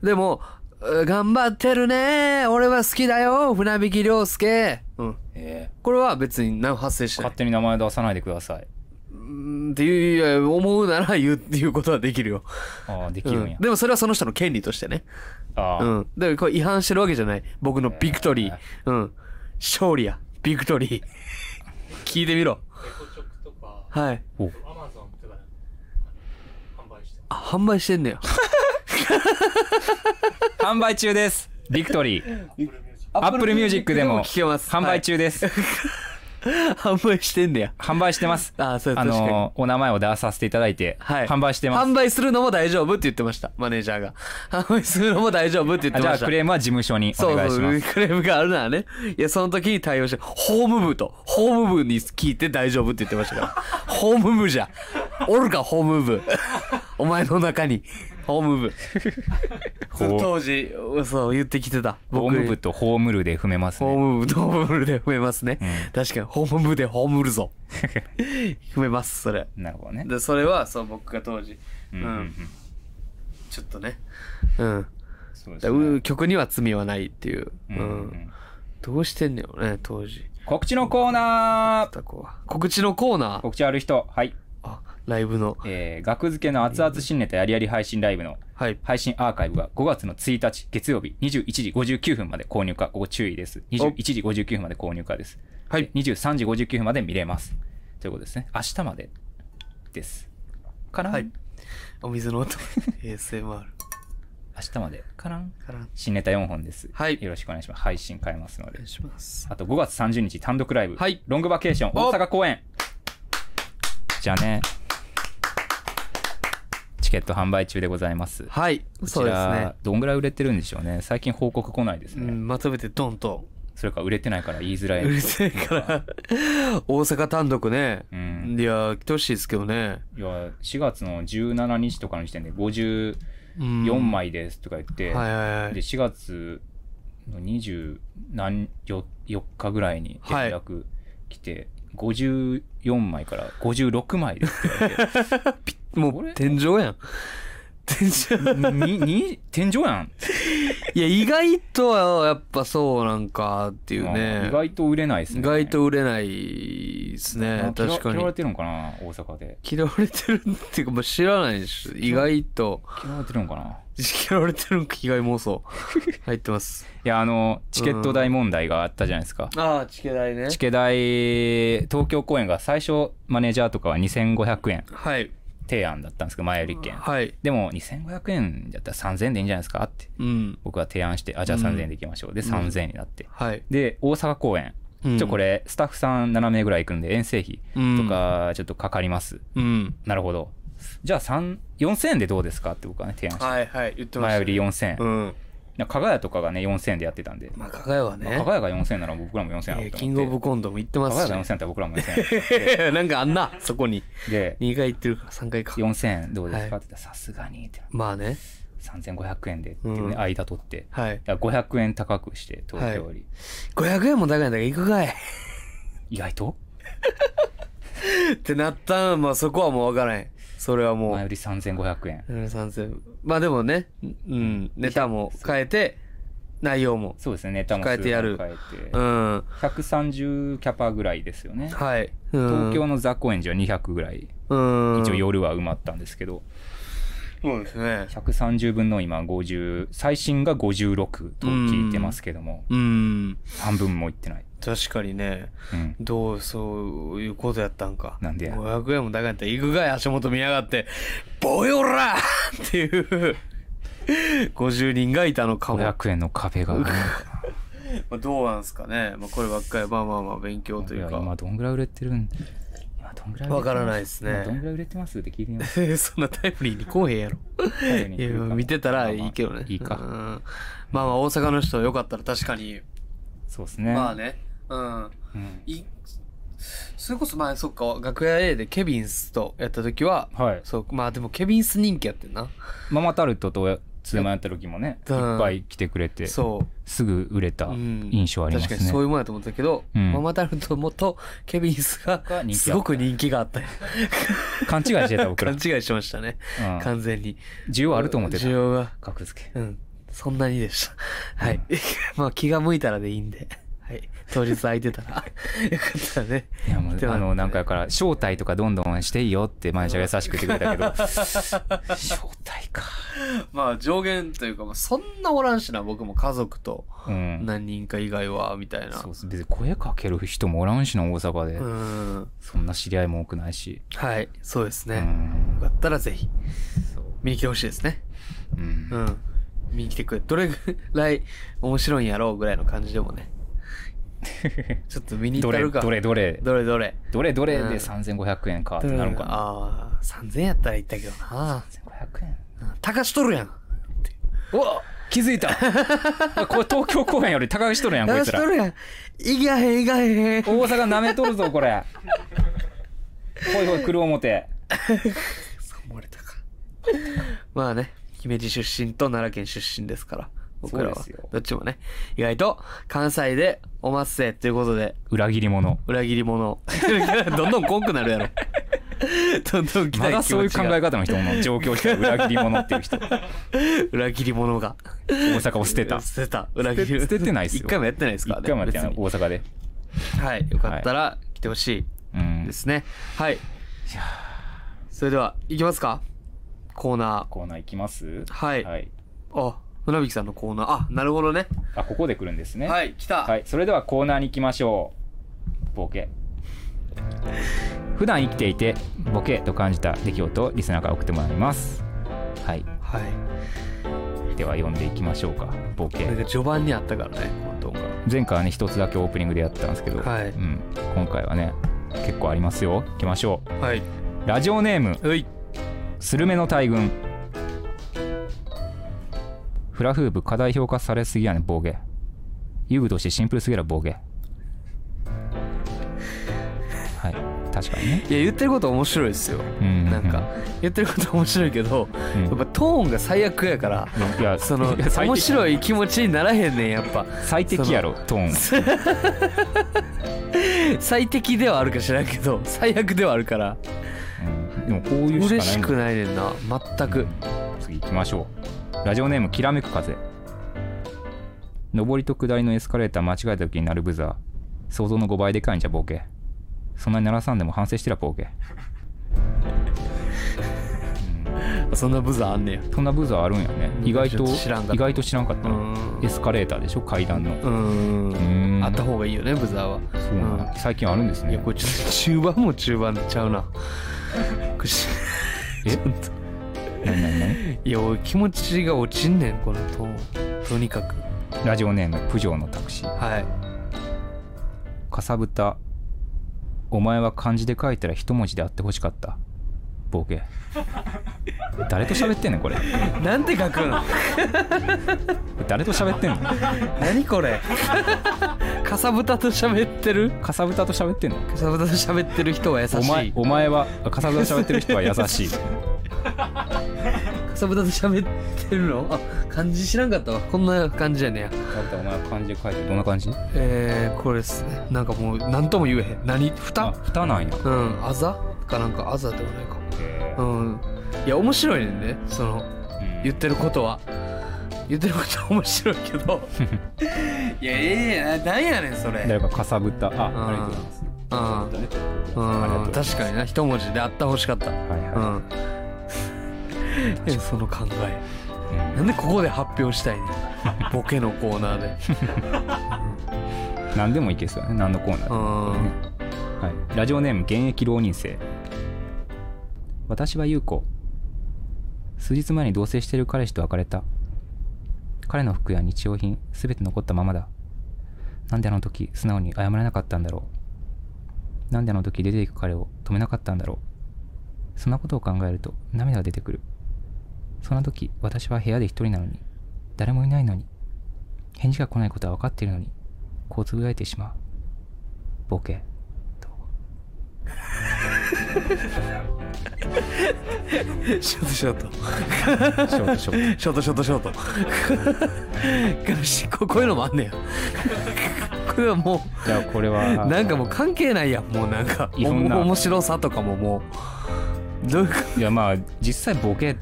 Speaker 2: でも、えー頑張ってるね俺は好きだよ船引き良介うん。
Speaker 1: え
Speaker 2: これは別に何も発生し
Speaker 1: ー
Speaker 2: ない
Speaker 1: 勝。手に名前出さないでください
Speaker 2: うんっていう、いや思うなら言うっていうことはできるよ。
Speaker 1: ああでき
Speaker 2: う
Speaker 1: るん
Speaker 2: ん
Speaker 1: や、、
Speaker 2: でもそれはその人の権利としてね。
Speaker 1: ああ、
Speaker 2: うん。だからこれ違反してるわけじゃない。僕のビクトリー。うん。勝利や。ビクトリ ー。聞いてみろ。はい。
Speaker 1: お
Speaker 2: あ、販売してんねや。
Speaker 1: 販売中ですビクトリー
Speaker 2: ア
Speaker 1: アップルミュージックでも
Speaker 2: 聞けます。
Speaker 1: 販売中です、
Speaker 2: はい。販売してんねや。
Speaker 1: 販売してます
Speaker 2: あそう
Speaker 1: あ
Speaker 2: 確かに
Speaker 1: のーお名前を出させていただいて、
Speaker 2: はい。
Speaker 1: 販売してます
Speaker 2: 販売するのも大丈夫って言ってました。マネージャーが。販売するのも大丈夫って言っ
Speaker 1: あ
Speaker 2: て
Speaker 1: じゃ
Speaker 2: ま
Speaker 1: あ
Speaker 2: した。
Speaker 1: クレームは事務所にお
Speaker 2: そう
Speaker 1: 願いし
Speaker 2: そ
Speaker 1: ま
Speaker 2: う、
Speaker 1: す
Speaker 2: クレームがあるならね。いや、その時に対応して、法務部と、法務部に聞いて大丈夫って言ってまし たから。法務部じゃ。おるか、法務部。お前の中に、法務部。
Speaker 1: う
Speaker 2: 当時、そう、言ってきてた。
Speaker 1: ホ
Speaker 2: 僕
Speaker 1: ーム部とホームルで踏めます
Speaker 2: 法
Speaker 1: ね
Speaker 2: 務部と法務部で踏めますね。
Speaker 1: うん
Speaker 2: 確かに、法務部で法務るぞ。踏めます、それ。
Speaker 1: なるほどね
Speaker 2: で、それは、そう、僕が当時。
Speaker 1: う
Speaker 2: うんん。
Speaker 1: うんうん
Speaker 2: ちょっとね。うん。
Speaker 1: そうです
Speaker 2: だからう
Speaker 1: ね
Speaker 2: ん曲には罪はないっていう。
Speaker 1: う
Speaker 2: うんん。
Speaker 1: うんうん
Speaker 2: どうしてんねんよね、当時。
Speaker 1: 告知のコーナー
Speaker 2: た子は告知のコーナー
Speaker 1: 告知ある人はい
Speaker 2: あライブの
Speaker 1: えー、学付けの熱々新ネタやりやり配信ライブの
Speaker 2: はい
Speaker 1: 配信アーカイブが5月の1日月曜日21時59分まで購入可ここ注意です21時59分まで購入可です
Speaker 2: はい
Speaker 1: 23時59分まで見れますということですね明日までですかな、
Speaker 2: はいお水の音 ASMR
Speaker 1: 明日までかな
Speaker 2: からお
Speaker 1: 新ネタ4本です
Speaker 2: はい
Speaker 1: よろしくお願いします配信変えますので
Speaker 2: 願いします
Speaker 1: あと5月30日単独ライブ、
Speaker 2: はい
Speaker 1: ロングバケーション大
Speaker 2: お
Speaker 1: 阪公演じゃあねチケット販売中でございます
Speaker 2: はいそう
Speaker 1: こち
Speaker 2: ですね
Speaker 1: らどんぐらい売れてるんでしょうね最近報告来ないです
Speaker 2: う
Speaker 1: ね、
Speaker 2: ん、まとめてドンと
Speaker 1: それか売れてないから言いづら
Speaker 2: う
Speaker 1: い
Speaker 2: るせえから 大阪単独ね、
Speaker 1: うん
Speaker 2: いやー来てほしいですけどね、
Speaker 1: いや4月の17日とかの時点で54
Speaker 2: うん、
Speaker 1: 枚ですとか言って、
Speaker 2: はいはいは
Speaker 1: で
Speaker 2: い
Speaker 1: 4月の20何よ4日ぐらいに連絡来て、54枚から56枚ですって言われて
Speaker 2: も
Speaker 1: これ
Speaker 2: う天井やん天井
Speaker 1: にに天井やん、
Speaker 2: いや意外とはやっぱそうなんかっていう
Speaker 1: まあ
Speaker 2: ね
Speaker 1: 意外と売れないですね
Speaker 2: 意外と売れないですね
Speaker 1: あ嫌
Speaker 2: 確か
Speaker 1: 嫌わ
Speaker 2: に
Speaker 1: れてるのかな大阪で
Speaker 2: 嫌われてるっていうか、まあ、知らないでしょ意外と
Speaker 1: 嫌われてるのかない
Speaker 2: 嫌われてるんか被害妄想入ってます
Speaker 1: やあのチケット代問題があったじゃないですか、
Speaker 2: ああチケ代ね
Speaker 1: チケ代東京公演が最初マネージャーとかは2500円
Speaker 2: はい
Speaker 1: 提案だったんですけど前売り券
Speaker 2: はい
Speaker 1: でも2500円だったら3000円でいいんじゃないですかって
Speaker 2: うん
Speaker 1: 僕は提案してあじゃあ3000円でいきましょうで
Speaker 2: うん
Speaker 1: 3000円になって
Speaker 2: はい
Speaker 1: で大阪公演ちょこ
Speaker 2: れ
Speaker 1: れスタッフさん7名ぐらい行くんで遠征費
Speaker 2: と
Speaker 1: とかちょっとかかります
Speaker 2: うん
Speaker 1: なるほどじゃあ3 4000円でどうですかって僕はね提案して
Speaker 2: はいはい言ってました
Speaker 1: 前売り4000円
Speaker 2: うん
Speaker 1: な加賀屋とかがね4000円でやってたんで、
Speaker 2: まあ加賀屋は
Speaker 1: まあ
Speaker 2: ね
Speaker 1: 加賀屋が4000円なら僕らも4000円あ
Speaker 2: え
Speaker 1: る
Speaker 2: ー
Speaker 1: と
Speaker 2: キングオ
Speaker 1: 思
Speaker 2: ブ
Speaker 1: って
Speaker 2: コントも言ってま
Speaker 1: 加賀屋
Speaker 2: すし
Speaker 1: が4000円だったら僕らも4000
Speaker 2: なんかあんなそこに
Speaker 1: 円で
Speaker 2: 2回行ってるから3回か
Speaker 1: 4000円どうですか
Speaker 2: は
Speaker 1: って言ったらさすがにってな
Speaker 2: まあね
Speaker 1: 3500円でっていうね
Speaker 2: うん
Speaker 1: 間取って
Speaker 2: はい
Speaker 1: だから500円高くして東京より
Speaker 2: 500円も高いんだから行くかい
Speaker 1: 意外と
Speaker 2: ってなったんまあそこはもう分からへんそれはもう
Speaker 1: 前より3500円
Speaker 2: うん賛成まあでもねうんネタも変えて内容も
Speaker 1: そうですねネタも
Speaker 2: 変えてやる
Speaker 1: 変えて
Speaker 2: うん
Speaker 1: 130キャパぐらいですよね
Speaker 2: はい、うん
Speaker 1: 東京の雑公演時は200ぐらい
Speaker 2: うん
Speaker 1: 一応夜は埋まったんですけど
Speaker 2: そうですね。
Speaker 1: 130分の今50最新が56と聞いてますけども、
Speaker 2: うん。
Speaker 1: 半分もいってない、
Speaker 2: 確かにね。
Speaker 1: うん、
Speaker 2: どう、そういうことやったんか。
Speaker 1: なんでや
Speaker 2: ?500 円も高いんやったら行くかい足元見やがって。ボヨラー っていう。50人がいたのかも。ま
Speaker 1: 500円の壁があるのかな
Speaker 2: あ、どうなんすかね。まあ、こればっかり、まあまあまあ、勉強という
Speaker 1: いや今
Speaker 2: か。
Speaker 1: どんぐらい売れてるん今どんぐらい売れてます
Speaker 2: わからないですね
Speaker 1: 今どんぐらい売れてますって聞いてみます
Speaker 2: そんなタイムリーに来おへんやろ。 いや、見てたらいいけどね。
Speaker 1: いいか
Speaker 2: うんまあまあ、大阪の人よかったら確かに。
Speaker 1: そうですね、
Speaker 2: まあね。うん。
Speaker 1: うん
Speaker 2: いそれこそ前、そっか、楽屋 A でケビンスとやった時は、
Speaker 1: はい
Speaker 2: そう、まあでもケビンス人気やってんな。
Speaker 1: ママタルトとツーマンやった時もねい
Speaker 2: うん
Speaker 1: っぱい来てくれてす
Speaker 2: そう。
Speaker 1: ぐ売れた
Speaker 2: うん
Speaker 1: 印象ありますね、
Speaker 2: 確かにそういうもんやと思ったけど、
Speaker 1: うん
Speaker 2: ママタルトもとケビンスが
Speaker 1: が人気あった
Speaker 2: すごく人気があったよ
Speaker 1: 勘違いしてた僕 ら
Speaker 2: 勘違いしてましたね、
Speaker 1: うん
Speaker 2: 完全に
Speaker 1: 需要あると思ってた
Speaker 2: 需要が
Speaker 1: 格付け
Speaker 2: うんそんなにでしたはい まあ気が向いたらでいいんではい当日空いてたら よかったらね
Speaker 1: いやも
Speaker 2: 来て
Speaker 1: う
Speaker 2: もら
Speaker 1: あ
Speaker 2: って
Speaker 1: のなんかやから招待とかどんどんしていいよってマネージャーが優しく言ってくれたけど招 待か
Speaker 2: まあ上限というか、まあ、そんなおらんしな僕も家族と
Speaker 1: うん
Speaker 2: 何人か以外はみたいな
Speaker 1: そうっす別に声かける人もおらんしな大阪で、
Speaker 2: うん
Speaker 1: そんな知り合いも多くないし、
Speaker 2: はいそうです
Speaker 1: う
Speaker 2: ね、
Speaker 1: ん
Speaker 2: よかったらぜひ
Speaker 1: そう
Speaker 2: 見に来てほしいですね
Speaker 1: うん
Speaker 2: うん。見に来てくれ。どれぐらい 面白いんやろうぐらいの感じでも ね。ちょっと見に行
Speaker 1: ど
Speaker 2: った
Speaker 1: れ
Speaker 2: るか。
Speaker 1: どれどれ
Speaker 2: どれどれ
Speaker 1: どれどれ
Speaker 2: うん
Speaker 1: で3500円かってなるのかな
Speaker 2: ああ、3000やったら行ったけどな。
Speaker 1: 3500円
Speaker 2: 高しとるやん。
Speaker 1: うわ気づい たこれ東京公演より高くしとるやんこい
Speaker 2: 高
Speaker 1: つ
Speaker 2: し
Speaker 1: ら
Speaker 2: とるやん。行きゃへん行きゃへ
Speaker 1: 大
Speaker 2: ん。
Speaker 1: 阪なめとるぞこれほいほい黒表
Speaker 2: 漏れたか。まあね、姫路出身と奈良県出身ですから。僕らは
Speaker 1: そうですよ
Speaker 2: どっちもね意外と関西でおまっせということで
Speaker 1: 裏切り者
Speaker 2: 裏切り者 どんどんこんくな るやろどんどん来
Speaker 1: ま
Speaker 2: たい気持ちが
Speaker 1: だそういう考え方の人も上京した裏切り者っていう人大
Speaker 2: 裏切り者が
Speaker 1: 阪を捨てた
Speaker 2: 捨てた裏切り
Speaker 1: 捨て捨ててないっすよ
Speaker 2: 一回もやってないですから
Speaker 1: 一
Speaker 2: ね
Speaker 1: 回もやってない
Speaker 2: 別に
Speaker 1: 大阪で
Speaker 2: はいよかったら来てほし
Speaker 1: う
Speaker 2: い
Speaker 1: ん
Speaker 2: ですねはい、それでは行きますかコーナ
Speaker 1: コーナー行きます
Speaker 2: はい
Speaker 1: はい、
Speaker 2: ーあ船引さんのコーナーあなるほどね
Speaker 1: あここで来るんですね
Speaker 2: はい来た、
Speaker 1: はい、それではコーナーに行きましょう。ボケ。普段生きていてボケと感じた出来事をリスナーから送ってもらいます。はい、
Speaker 2: はい
Speaker 1: では読んでいきましょうか。ボケ
Speaker 2: これ。が序盤にあったからねこの動画
Speaker 1: 前回はね一つだけオープニングでやったんですけど、
Speaker 2: はい
Speaker 1: うん、今回はね結構ありますよ。行きましょ
Speaker 2: はい、
Speaker 1: う。ラジオネーム
Speaker 2: はい、
Speaker 1: スルメの大群。フラフープ過大評価されすぎやねボケ。遊具としてシンプルすぎやろボケ。はい、確かにね。
Speaker 2: いや言ってること面白いですよ
Speaker 1: うん
Speaker 2: なんか言ってること面白いけど
Speaker 1: うん
Speaker 2: やっぱトーンが最悪やから
Speaker 1: いや
Speaker 2: その
Speaker 1: いや最適
Speaker 2: 面白い気持ちにならへんねんやっぱ
Speaker 1: 最適やろトーン
Speaker 2: 最適ではあるか知らんけど最悪ではあるから
Speaker 1: うんでもこういうしかない
Speaker 2: 嬉しく
Speaker 1: い
Speaker 2: ないねんな全く
Speaker 1: 次行きましょうラジオネームきらめく風上りと下りのエスカレーター間違えた時になるブザー想像の5倍でかいんじゃボケそんなに鳴らさんでも反省してらボケ
Speaker 2: そんなブザーあんねや
Speaker 1: そんなブザーあるんやね意外と
Speaker 2: ちょっと知らんかった
Speaker 1: 意外と知らんかった
Speaker 2: う
Speaker 1: な
Speaker 2: ーん
Speaker 1: エスカレーターでしょ階段の
Speaker 2: う
Speaker 1: ー
Speaker 2: ー
Speaker 1: ん
Speaker 2: んあった方がいいよねブザーは
Speaker 1: そうなんや最近あるんです
Speaker 2: うんいや
Speaker 1: ね
Speaker 2: これちょっと中盤も中盤ちゃうな これし
Speaker 1: え
Speaker 2: ちょっと
Speaker 1: 何何何
Speaker 2: いや俺気持ちが落ちんねんこのトーンとにかく
Speaker 1: ラジオネームプジョーのタクシー
Speaker 2: はい
Speaker 1: かさぶたお前は漢字で書いたら一文字であってほしかったボケ誰と喋ってんねんこれ
Speaker 2: なんて書く の
Speaker 1: 誰と喋ってんの
Speaker 2: 何これかさぶたと喋ってる
Speaker 1: かさぶたと喋ってんの
Speaker 2: かさぶたと喋ってる人は優しい
Speaker 1: お前お前はあかさぶたと喋ってる人は優しい
Speaker 2: かさぶたと喋ってるのあ漢字知らんかったわこんな感じやねや
Speaker 1: お前は漢字で書いてどんな感じ
Speaker 2: えー、これですねなんかもう何とも言えへん何蓋
Speaker 1: 蓋なんや
Speaker 2: うんあざかなんかあざではないかうんいや面白いねんねその言ってることは言ってることは面白いけど いやええやななんやねんそれ
Speaker 1: 誰かかさぶたあ
Speaker 2: ん
Speaker 1: ありがとうございますかさぶたね
Speaker 2: う
Speaker 1: ありがとうござ
Speaker 2: ん
Speaker 1: います
Speaker 2: 確かにな一文字であったほしかった
Speaker 1: はいは
Speaker 2: うんえその考えなんでここで発表したいねんボケのコーナーで
Speaker 1: 何でもいけそうだね何のコーナーで
Speaker 2: う
Speaker 1: も
Speaker 2: ん
Speaker 1: はい、ラジオネーム現役浪人生私は優子数日前に同棲している彼氏と別れた彼の服や日用品すべて残ったままだなんであの時素直に謝れなかったんだろうなんであの時出ていく彼を止めなかったんだろうそんなことを考えると涙が出てくるそんな時私は部屋で一人なのに誰もいないのに返事が来ないことは分かっているのにこうつぶやいてしまうボケ
Speaker 2: ショートショート
Speaker 1: ショートショー
Speaker 2: ショートショートショート悲しいこ こういうのもあんねやこれはも
Speaker 1: ト。じゃあこれ
Speaker 2: う
Speaker 1: は。
Speaker 2: なんかもう関係ないやんもうなんか
Speaker 1: いろんな
Speaker 2: お面白さとかももうどういうか
Speaker 1: いやまあ実際ボケっ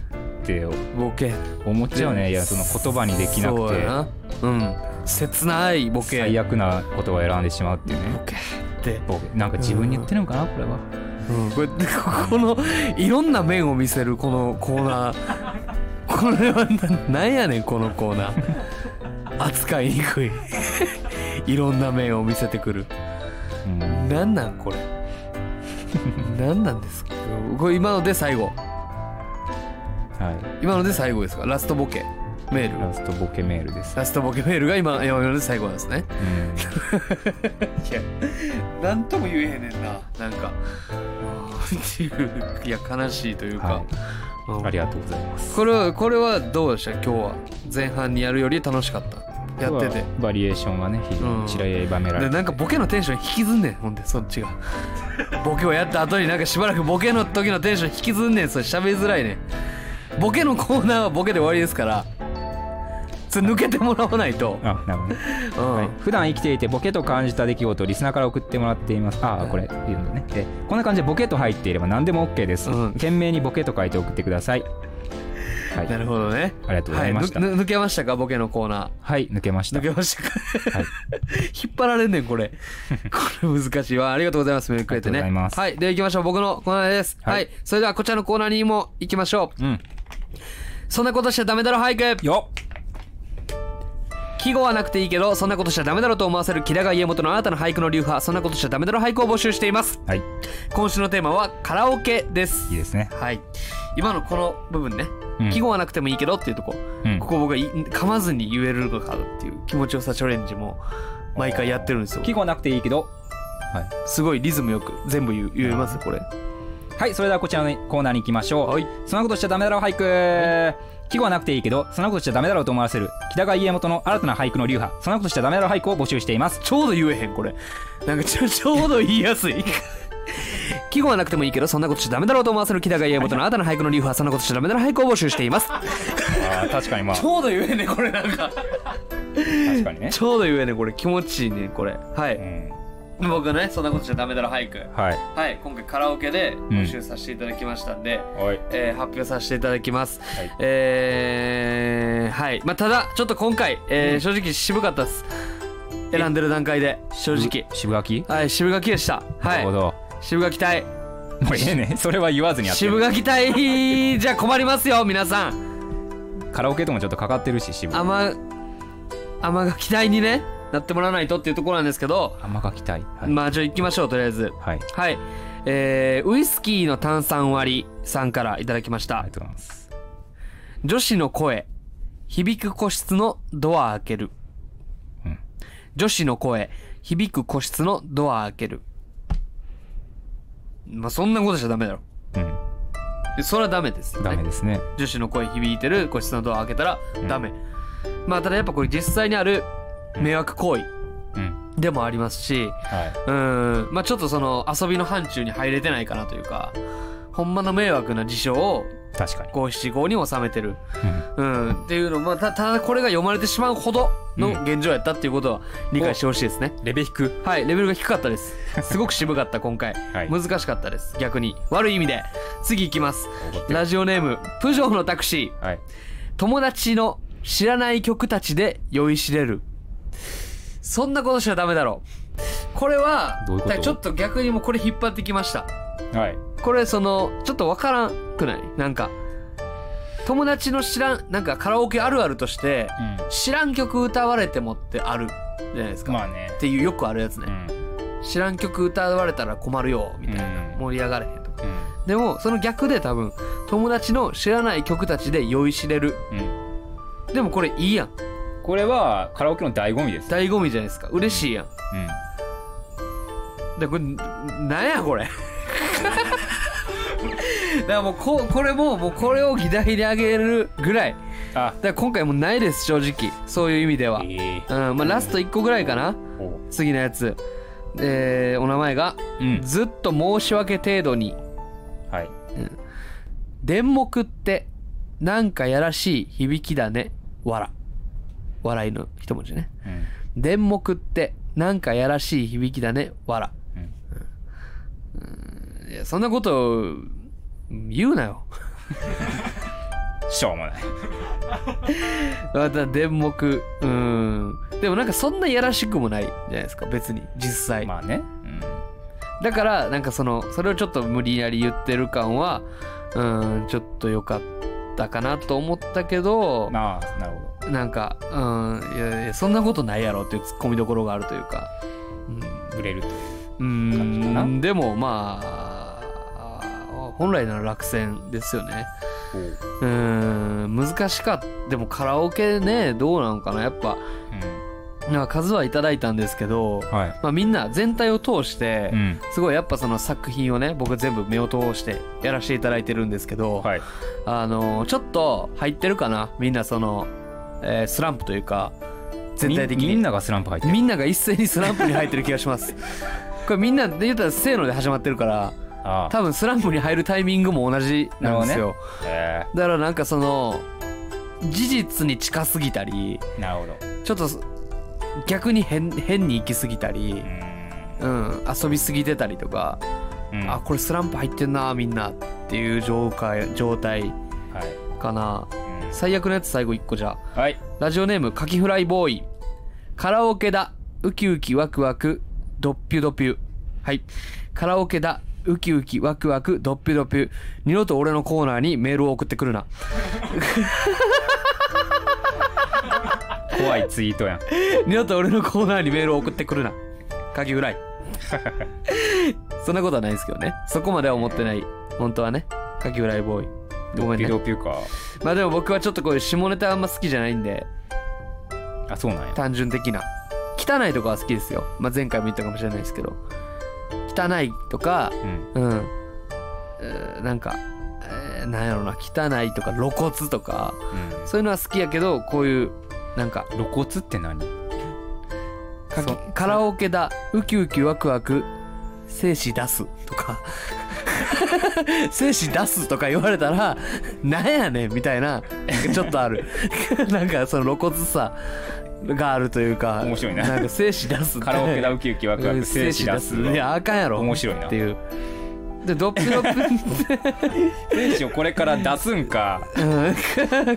Speaker 1: て
Speaker 2: ボケ
Speaker 1: 思っちゃうね。いやその言葉にできなく
Speaker 2: そう
Speaker 1: て
Speaker 2: やなうん切ないボケ
Speaker 1: 最悪な言葉を選んでしまうっていう
Speaker 2: ボ
Speaker 1: ね。
Speaker 2: ケって、
Speaker 1: ボケなんか自分に言ってるのかなこれは。
Speaker 2: うん、これここのいろんな面を見せるこのコーナーこれはななんやねんこのコーナー扱いにくいいろんな面を見せてくる
Speaker 1: うん
Speaker 2: なんなんこれなんなんですかこれ今ので最後
Speaker 1: は
Speaker 2: 今ので最後ですかラストボケ
Speaker 1: い。
Speaker 2: メール
Speaker 1: ラストボケメールです。
Speaker 2: ラストボケメールが 今今ので最後なんですね
Speaker 1: うん
Speaker 2: いや何とも言えへんねんななんかうんって いういや悲しいというか、
Speaker 1: は
Speaker 2: うん
Speaker 1: い。ありがとうございます。
Speaker 2: これはこれはどうでした今日は前半にやるより楽しかったやってて
Speaker 1: 今日はバリエーションがね非常に散らばめられ
Speaker 2: で
Speaker 1: て。
Speaker 2: なんかボケのテンション引きずんねんほんでそっち がボケをやった後になんかしばらくボケの時のテンション引きずんねんそれ喋りづらいねんボケのコーナーはボケで終わりですからそれ抜けてもらわないと、
Speaker 1: あなるほどね。
Speaker 2: うん
Speaker 1: はい、普段生きていてボケと感じた出来事をリスナーから送ってもらっていますああこれ言うんだねでこんな感じでボケと入っていれば何でも OK です、
Speaker 2: うん
Speaker 1: 懸命にボケと書いて送ってくださいはい
Speaker 2: なるほどね
Speaker 1: ありがとうございました
Speaker 2: はぬぬ抜けましたかボケのコーナ
Speaker 1: はい抜けました
Speaker 2: ー抜けましたか
Speaker 1: はい、
Speaker 2: 引っ張られんね んこれこれ難しいわありがとうございますメールくれてね
Speaker 1: ありがとうございます
Speaker 2: はいでは行きましょう僕のコーナーですは
Speaker 1: はい
Speaker 2: い、それではこちらのコーナーにも行きましょう
Speaker 1: うん
Speaker 2: そんなことしちゃダメだろ俳句
Speaker 1: よ
Speaker 2: 季語はなくていいけどそんなことしちゃダメだろと思わせるキラが家元の新たな俳句の流派そんなことしちゃダメだろ俳句を募集しています
Speaker 1: っはい
Speaker 2: 今週のテーマはカラオケです
Speaker 1: いいですね
Speaker 2: はい今のこの部分ね、
Speaker 1: うん
Speaker 2: 季語はなくてもいいけどっていうとこ、
Speaker 1: うん
Speaker 2: ここ僕がい噛まずに言えるのかっていう気持ちよさチャレンジも毎回やってるんですよ
Speaker 1: 季語なくていいけどはい、
Speaker 2: すごいリズムよく全部言う言えますこれ
Speaker 1: はい、それではこちらのコーナーに行きましょう、
Speaker 2: はい
Speaker 1: そんなことしちゃダメだろ俳句、季語はなくていいけどそんなことしちゃダメだろうと思わせる北川家元の新たな俳句の流派そんなことしちゃダメだろ俳句を募集しています
Speaker 2: ちょうど言えへんこれなんかちょちょうど言いやすい 季語はなくてもいいけどそんなことしちゃダメだろうと思わせる木高家元の新たな俳句の流派そんなことしちゃダメだろ俳句を募集しています
Speaker 1: あ確かにま あ
Speaker 2: ちょうど言えねこれなんか
Speaker 1: 確かにね
Speaker 2: ちょうど言えねこれ気持ちいいねこれはい、
Speaker 1: うん
Speaker 2: 僕ねそんなことしちゃダメだろ俳句
Speaker 1: はい
Speaker 2: はい今回カラオケで募集させていただきましたんで、
Speaker 1: はい
Speaker 2: えー発表させていただきます、
Speaker 1: はい
Speaker 2: えーはいまあただちょっと今回、えー正直渋かったっす選んでる段階で正直
Speaker 1: 渋柿
Speaker 2: はい渋垣でした
Speaker 1: な
Speaker 2: は
Speaker 1: る
Speaker 2: い
Speaker 1: ほど
Speaker 2: 渋垣隊
Speaker 1: もうえ えねそれは言わずにやって
Speaker 2: 渋
Speaker 1: る
Speaker 2: 垣隊じゃ困りますよ皆さん
Speaker 1: カラオケともちょっとかかってるし渋
Speaker 2: 甘甘垣隊にねなってもらわないとっていうところなんですけど、
Speaker 1: 甘がきたいはい、
Speaker 2: まあじゃあ行きましょうとりあえず
Speaker 1: はい、
Speaker 2: はいえー、ウイスキーの炭酸割りさんからいただきまし
Speaker 1: あり
Speaker 2: た
Speaker 1: がとうございます
Speaker 2: 女子の声響く個室のドア開ける、
Speaker 1: うん
Speaker 2: 女子の声響く個室のドア開けるまあそんなことしちゃダメだろ
Speaker 1: うん
Speaker 2: でそれはダメですよね
Speaker 1: ダメですね
Speaker 2: 女子の声響いてる個室のドア開けたらダメ、まあただやっぱこれ実際にある迷惑行為
Speaker 1: うん
Speaker 2: でもありますし
Speaker 1: は
Speaker 2: うーんまあちょっとその遊びの範疇に入れてないかなというかほんまの迷惑な事象を
Speaker 1: い確かに、
Speaker 2: 五七五に収めてる
Speaker 1: うん
Speaker 2: うん、っていうのまあたただこれが読まれてしまうほど
Speaker 1: うん
Speaker 2: の現状やったっていうことは理解してほしいですね、
Speaker 1: レベ引く
Speaker 2: はいレベルが低かっ たですすごく渋かった今回、
Speaker 1: はい
Speaker 2: 難しかったです逆に悪い意味で次いきます
Speaker 1: 怒ってる
Speaker 2: ラジオネームプジョーのタクシー
Speaker 1: はい
Speaker 2: 友達の知らない曲たちで酔いしれるそんなことしちゃダメだろうこれは
Speaker 1: どういうこと
Speaker 2: だからちょっと逆にもうこれ引っ張ってきました
Speaker 1: はい
Speaker 2: これそのちょっとわからんくないなんか友達の知らんなんかカラオケあるあるとして知らん曲歌われてもってあるじゃないですか、
Speaker 1: まあね
Speaker 2: っていうよくあるやつね、
Speaker 1: うん
Speaker 2: 知らん曲歌われたら困るよみたいな、
Speaker 1: うん
Speaker 2: 盛り上がれへんとか
Speaker 1: うん
Speaker 2: でもその逆で多分友達の知らない曲たちで酔いしれる
Speaker 1: うん
Speaker 2: でもこれいいやん
Speaker 1: これはカラオケの醍醐味です、
Speaker 2: 醍醐味じゃないですか嬉しいやん
Speaker 1: うん
Speaker 2: でこれなんやこれ だからもうここれももうこれを議題に上げるぐらいだか
Speaker 1: あ
Speaker 2: ら今回もうないです正直そういう意味では、
Speaker 1: え
Speaker 2: うんまあ、ラスト1個ぐらいかな
Speaker 1: ーお
Speaker 2: 次のやつえーお名前が
Speaker 1: うん
Speaker 2: ずっと申し訳程度に
Speaker 1: はい
Speaker 2: 電目ってなんかやらしい響きだね笑笑いの一文字ね
Speaker 1: うん
Speaker 2: 電目ってなんかやらしい響きだね笑
Speaker 1: うん
Speaker 2: いやそんなこと言うなよ
Speaker 1: しょうもない
Speaker 2: また電目うんでもなんかそんなやらしくもないじゃないですか別に実際、
Speaker 1: まあね
Speaker 2: だからなんかそのそれをちょっと無理やり言ってる感はうんちょっと良かったかなと思ったけど
Speaker 1: うんまあなるほど
Speaker 2: なんか、うん、いやいや、そんなことないやろっていうツッコミどころがあるというか。
Speaker 1: 売れるという
Speaker 2: うん、う
Speaker 1: 感じか
Speaker 2: ーん
Speaker 1: な
Speaker 2: でもまあ、本来なら落選ですよね。うーん、難しかった。でもカラオケね、どうなのかな。やっぱ、
Speaker 1: う
Speaker 2: なんか数はいただいたんですけど、
Speaker 1: んはい
Speaker 2: まあみんな全体を通して
Speaker 1: う、ん
Speaker 2: すごいやっぱその作品をね、僕全部目を通してやらせていただいてるんですけど、
Speaker 1: はい
Speaker 2: あのちょっと入ってるかな。みんなその、えースランプというか、全体的に。
Speaker 1: みみんながスランプ入ってる
Speaker 2: みんなが一斉にスランプに入ってる気がします これみんなで言ったらせーので始まってるから
Speaker 1: ああ
Speaker 2: 多分スランプに入るタイミングも同じなんですよ、
Speaker 1: え
Speaker 2: だからなんかその事実に近すぎたり
Speaker 1: ーなるほど
Speaker 2: ちょっと逆に変変に行きすぎたり
Speaker 1: う、
Speaker 2: うん、遊びすぎてたりとか、
Speaker 1: んうん
Speaker 2: あこれスランプ入ってんなみんなっていう状態状態
Speaker 1: はい
Speaker 2: かな
Speaker 1: うん
Speaker 2: 最悪のやつ最後1個じゃあ
Speaker 1: はい
Speaker 2: ラジオネームカキフライボーイカラオケだウキウキワクワクドッピュドピュはいカラオケだウキウキワクワクドッピュドピュ二度と俺のコーナーにメールを送ってくるな
Speaker 1: 怖いツイートやん
Speaker 2: 二度と俺のコーナーにメールを送ってくるなカキフライ そんなことはないですけどねそこまでは思ってない本当はねカキフライボーイごめん
Speaker 1: ピ
Speaker 2: ね
Speaker 1: ロピュか
Speaker 2: まあでも僕はちょっとこういう下ネタあんま好きじゃないんで
Speaker 1: あそうなんや
Speaker 2: 単純的な汚いとかは好きですよ、まあ、前回も言ったかもしれないですけど汚いとか
Speaker 1: うん
Speaker 2: うん、えーなんか、えーなんやろな汚いとか露骨とか
Speaker 1: うん
Speaker 2: そういうのは好きやけどこういうなんか
Speaker 1: 露骨って何
Speaker 2: かき
Speaker 1: そ
Speaker 2: カラオケだウキウキワクワク精子出すとか 精子出すとか言われたらなんやねんみたいなちょっとある なんかその露骨さがあるというか
Speaker 1: 面白いなん
Speaker 2: か精子出すって
Speaker 1: カラオケだウキウキワクワ
Speaker 2: う
Speaker 1: ク
Speaker 2: ん
Speaker 1: 精子出す
Speaker 2: いやあかんやろ
Speaker 1: 面白いな
Speaker 2: っていうでドップドッ
Speaker 1: 精子をこれから出すん か
Speaker 2: プうん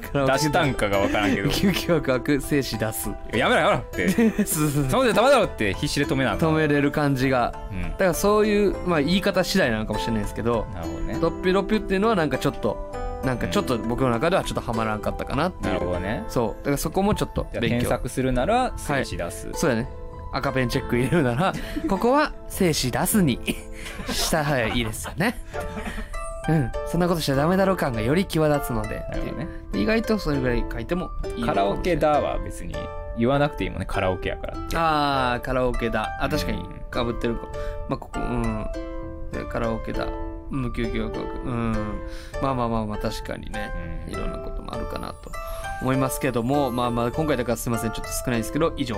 Speaker 2: カラオケ
Speaker 1: 出したんかが分からんけ ど
Speaker 2: ウキウキワクワク精子出す
Speaker 1: やめろやめろって そうじゃダメだろって必死で止めなあかん
Speaker 2: 止めれる感じが
Speaker 1: うん
Speaker 2: だからそういう、まあ、言い方次第なのかもしれないですけど
Speaker 1: なるほどね
Speaker 2: ドッピュドピュっていうのはなんかちょっとなんかちょっと僕の中ではちょっとはまらんかったかなってい
Speaker 1: なるほ
Speaker 2: う
Speaker 1: どね
Speaker 2: そうだからそこもちょっと
Speaker 1: じゃあ
Speaker 2: 勉
Speaker 1: 検
Speaker 2: 強
Speaker 1: 索するなら精子出す
Speaker 2: そうだね赤ペンチェック入れる ならここは精子出すにした方がいいですよ ねうんそんなことしちゃダメだろう感がより際立つので
Speaker 1: なるほどね
Speaker 2: 意外とそれぐらい書いてもいいの
Speaker 1: カ
Speaker 2: か
Speaker 1: ラ
Speaker 2: も
Speaker 1: オ
Speaker 2: しれ
Speaker 1: ケ
Speaker 2: な
Speaker 1: だ
Speaker 2: い
Speaker 1: は別に言わなくていいもんねカラオケやからって
Speaker 2: あーカラオケだあ確かに
Speaker 1: うん
Speaker 2: かぶってるかまあここうんでカラオケだ無給業国うんまあまあまあまあ確かにね
Speaker 1: うん
Speaker 2: いろんなこともあるかなと思いますけどもまあまあ今回だからすいませんちょっと少ないですけど以上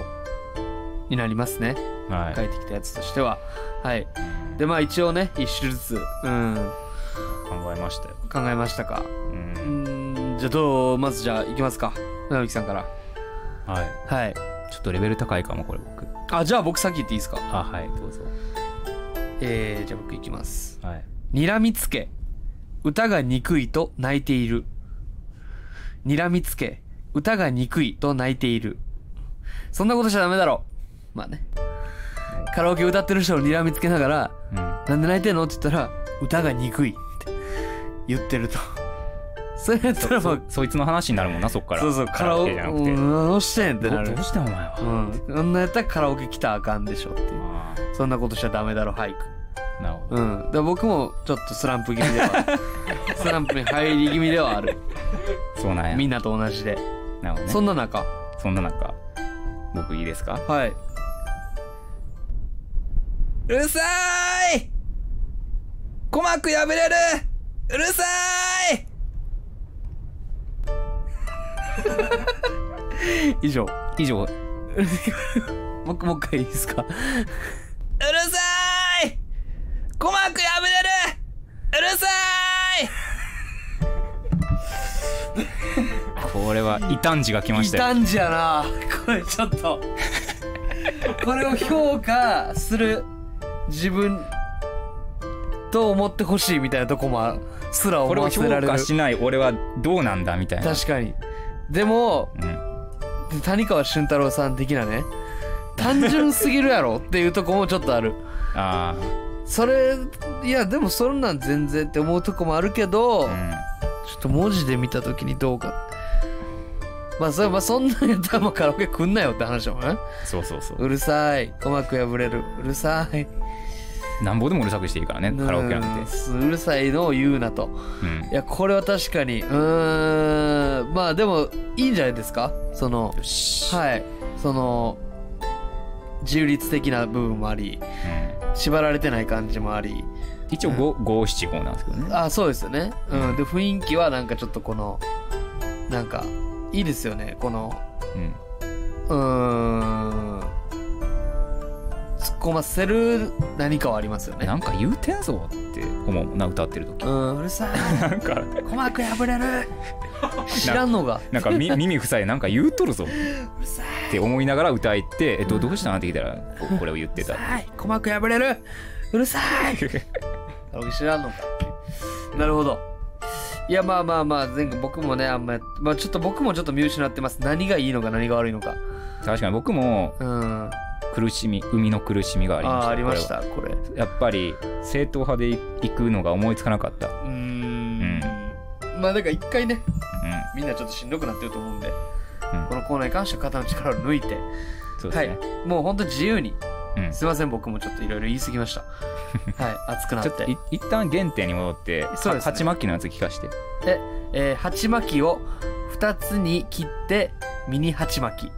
Speaker 2: になりますね
Speaker 1: はい
Speaker 2: 書いてきたやつとしてははいでまあ一応ね一種ずつうん
Speaker 1: 考えましたよ
Speaker 2: 考えましたか
Speaker 1: う
Speaker 2: うんんじゃあどうまずじゃあいきますか船木さんから
Speaker 1: はい
Speaker 2: はい
Speaker 1: ちょっとレベル高いかもこれ僕
Speaker 2: あじゃあ僕先言っていいですか
Speaker 1: あはいどうぞ
Speaker 2: えー、じゃあ僕いきます
Speaker 1: はい
Speaker 2: にらみつけ歌が憎いと泣いているにらみつけ歌が憎いと泣いているそんなことしちゃダメだろまあねカラオケ歌ってる人をにらみつけながら「
Speaker 1: うん
Speaker 2: なんで泣いてんの?」って言ったら「歌が憎い」って言ってるとそれやったら
Speaker 1: そ
Speaker 2: まあ
Speaker 1: そいつの話になるもんなそっから
Speaker 2: そうそうカ
Speaker 1: カ
Speaker 2: ラ
Speaker 1: ラ
Speaker 2: オ
Speaker 1: オ
Speaker 2: ケ
Speaker 1: ケじゃなくて、ど
Speaker 2: どうしてんってなる
Speaker 1: どうしてお前は、
Speaker 2: うんそんなやったらカラオケ来たらあかんでしょっていう
Speaker 1: あ
Speaker 2: そんなことしちゃダメだろ俳句
Speaker 1: あなるほど、
Speaker 2: うんだから僕もちょっとスランプ気味 ではスランプに入り気味ではある
Speaker 1: そうなんや
Speaker 2: みんなと同じで
Speaker 1: なるほどね
Speaker 2: そんな中
Speaker 1: そんな中僕いいですか
Speaker 2: はいう
Speaker 1: るさーい鼓膜破れるうるさーい
Speaker 2: 以上
Speaker 1: 以上うる
Speaker 2: 僕もう一回いいですか
Speaker 1: さーい鼓膜破れるうるさーいこれは異端児が来ま
Speaker 2: い
Speaker 1: したよ
Speaker 2: たんじやなこれちょっとこれを評価する自分と思ってほしいみたいなとこもあすら
Speaker 1: こ
Speaker 2: 思
Speaker 1: れを
Speaker 2: わせ
Speaker 1: 評
Speaker 2: られる
Speaker 1: 価しない俺はどうなんだみたいな、
Speaker 2: 確かにでも
Speaker 1: うん、
Speaker 2: 谷川俊太郎さん的なね単純すぎるやろっていうとこもちょっとある
Speaker 1: あ
Speaker 2: それいやでもそんなん全然って思うとこもあるけど、
Speaker 1: あうん
Speaker 2: ちょっと文字で見た時にどうかまあそれまあそんなんやったらもうカラオケ来んなよって話だもんね
Speaker 1: そうそうそう
Speaker 2: うるさい鼓膜破れるうるさい
Speaker 1: なんぼでもうるさくしていいからね カラオケなんて
Speaker 2: うんうるさいのを言うなと
Speaker 1: うん
Speaker 2: いやこれは確かにうーんまあでもいいんじゃないですかその
Speaker 1: よし、
Speaker 2: はいその自由律的な部分もあり
Speaker 1: うん
Speaker 2: 縛られてない感じもあり
Speaker 1: 一応5 5 7 5なんですけどね
Speaker 2: あそうですよねうんで雰囲気はなんかちょっとこのなんかいいですよねこの
Speaker 1: うん
Speaker 2: うーん突っ込ませる何かはありますよね
Speaker 1: なんか言うてんぞって思うもんな歌ってる 時
Speaker 2: うんうるさい
Speaker 1: なんか
Speaker 2: 鼓膜破れる知らんのが
Speaker 1: なんか み耳塞いでなんか言うとるぞ
Speaker 2: うるさい
Speaker 1: って思いながら歌いって「えっとどうしたん?」って聞いたらここれを言ってた
Speaker 2: はい鼓膜破れるうるさいカラオケ知らんのかなるほどいやまあまあまあ前回僕もねあんまやまあちょっと僕もちょっと見失ってます何がいいのか何が悪いのか
Speaker 1: 確かに僕も
Speaker 2: うんあ
Speaker 1: 苦しみ生みの苦しみがありまし
Speaker 2: あ
Speaker 1: た
Speaker 2: ありましたこれ
Speaker 1: これはやっぱり正統派で行くのが思いつかなかった、うん、
Speaker 2: うーんまあだから一回ねみんなちょっとしんどくなってると思うんで、
Speaker 1: うん
Speaker 2: このコーナーに関しては肩の力を抜いて
Speaker 1: そうですね、
Speaker 2: もうほんと自由に
Speaker 1: うん
Speaker 2: すいません僕もちょっといろいろ言い過ぎましたはい熱くなっ
Speaker 1: ちょっと
Speaker 2: て
Speaker 1: い一旦原点に戻って
Speaker 2: そうですね
Speaker 1: 鉢巻きのやつ聞かして
Speaker 2: えー、鉢巻きを2つに切ってミニ鉢巻き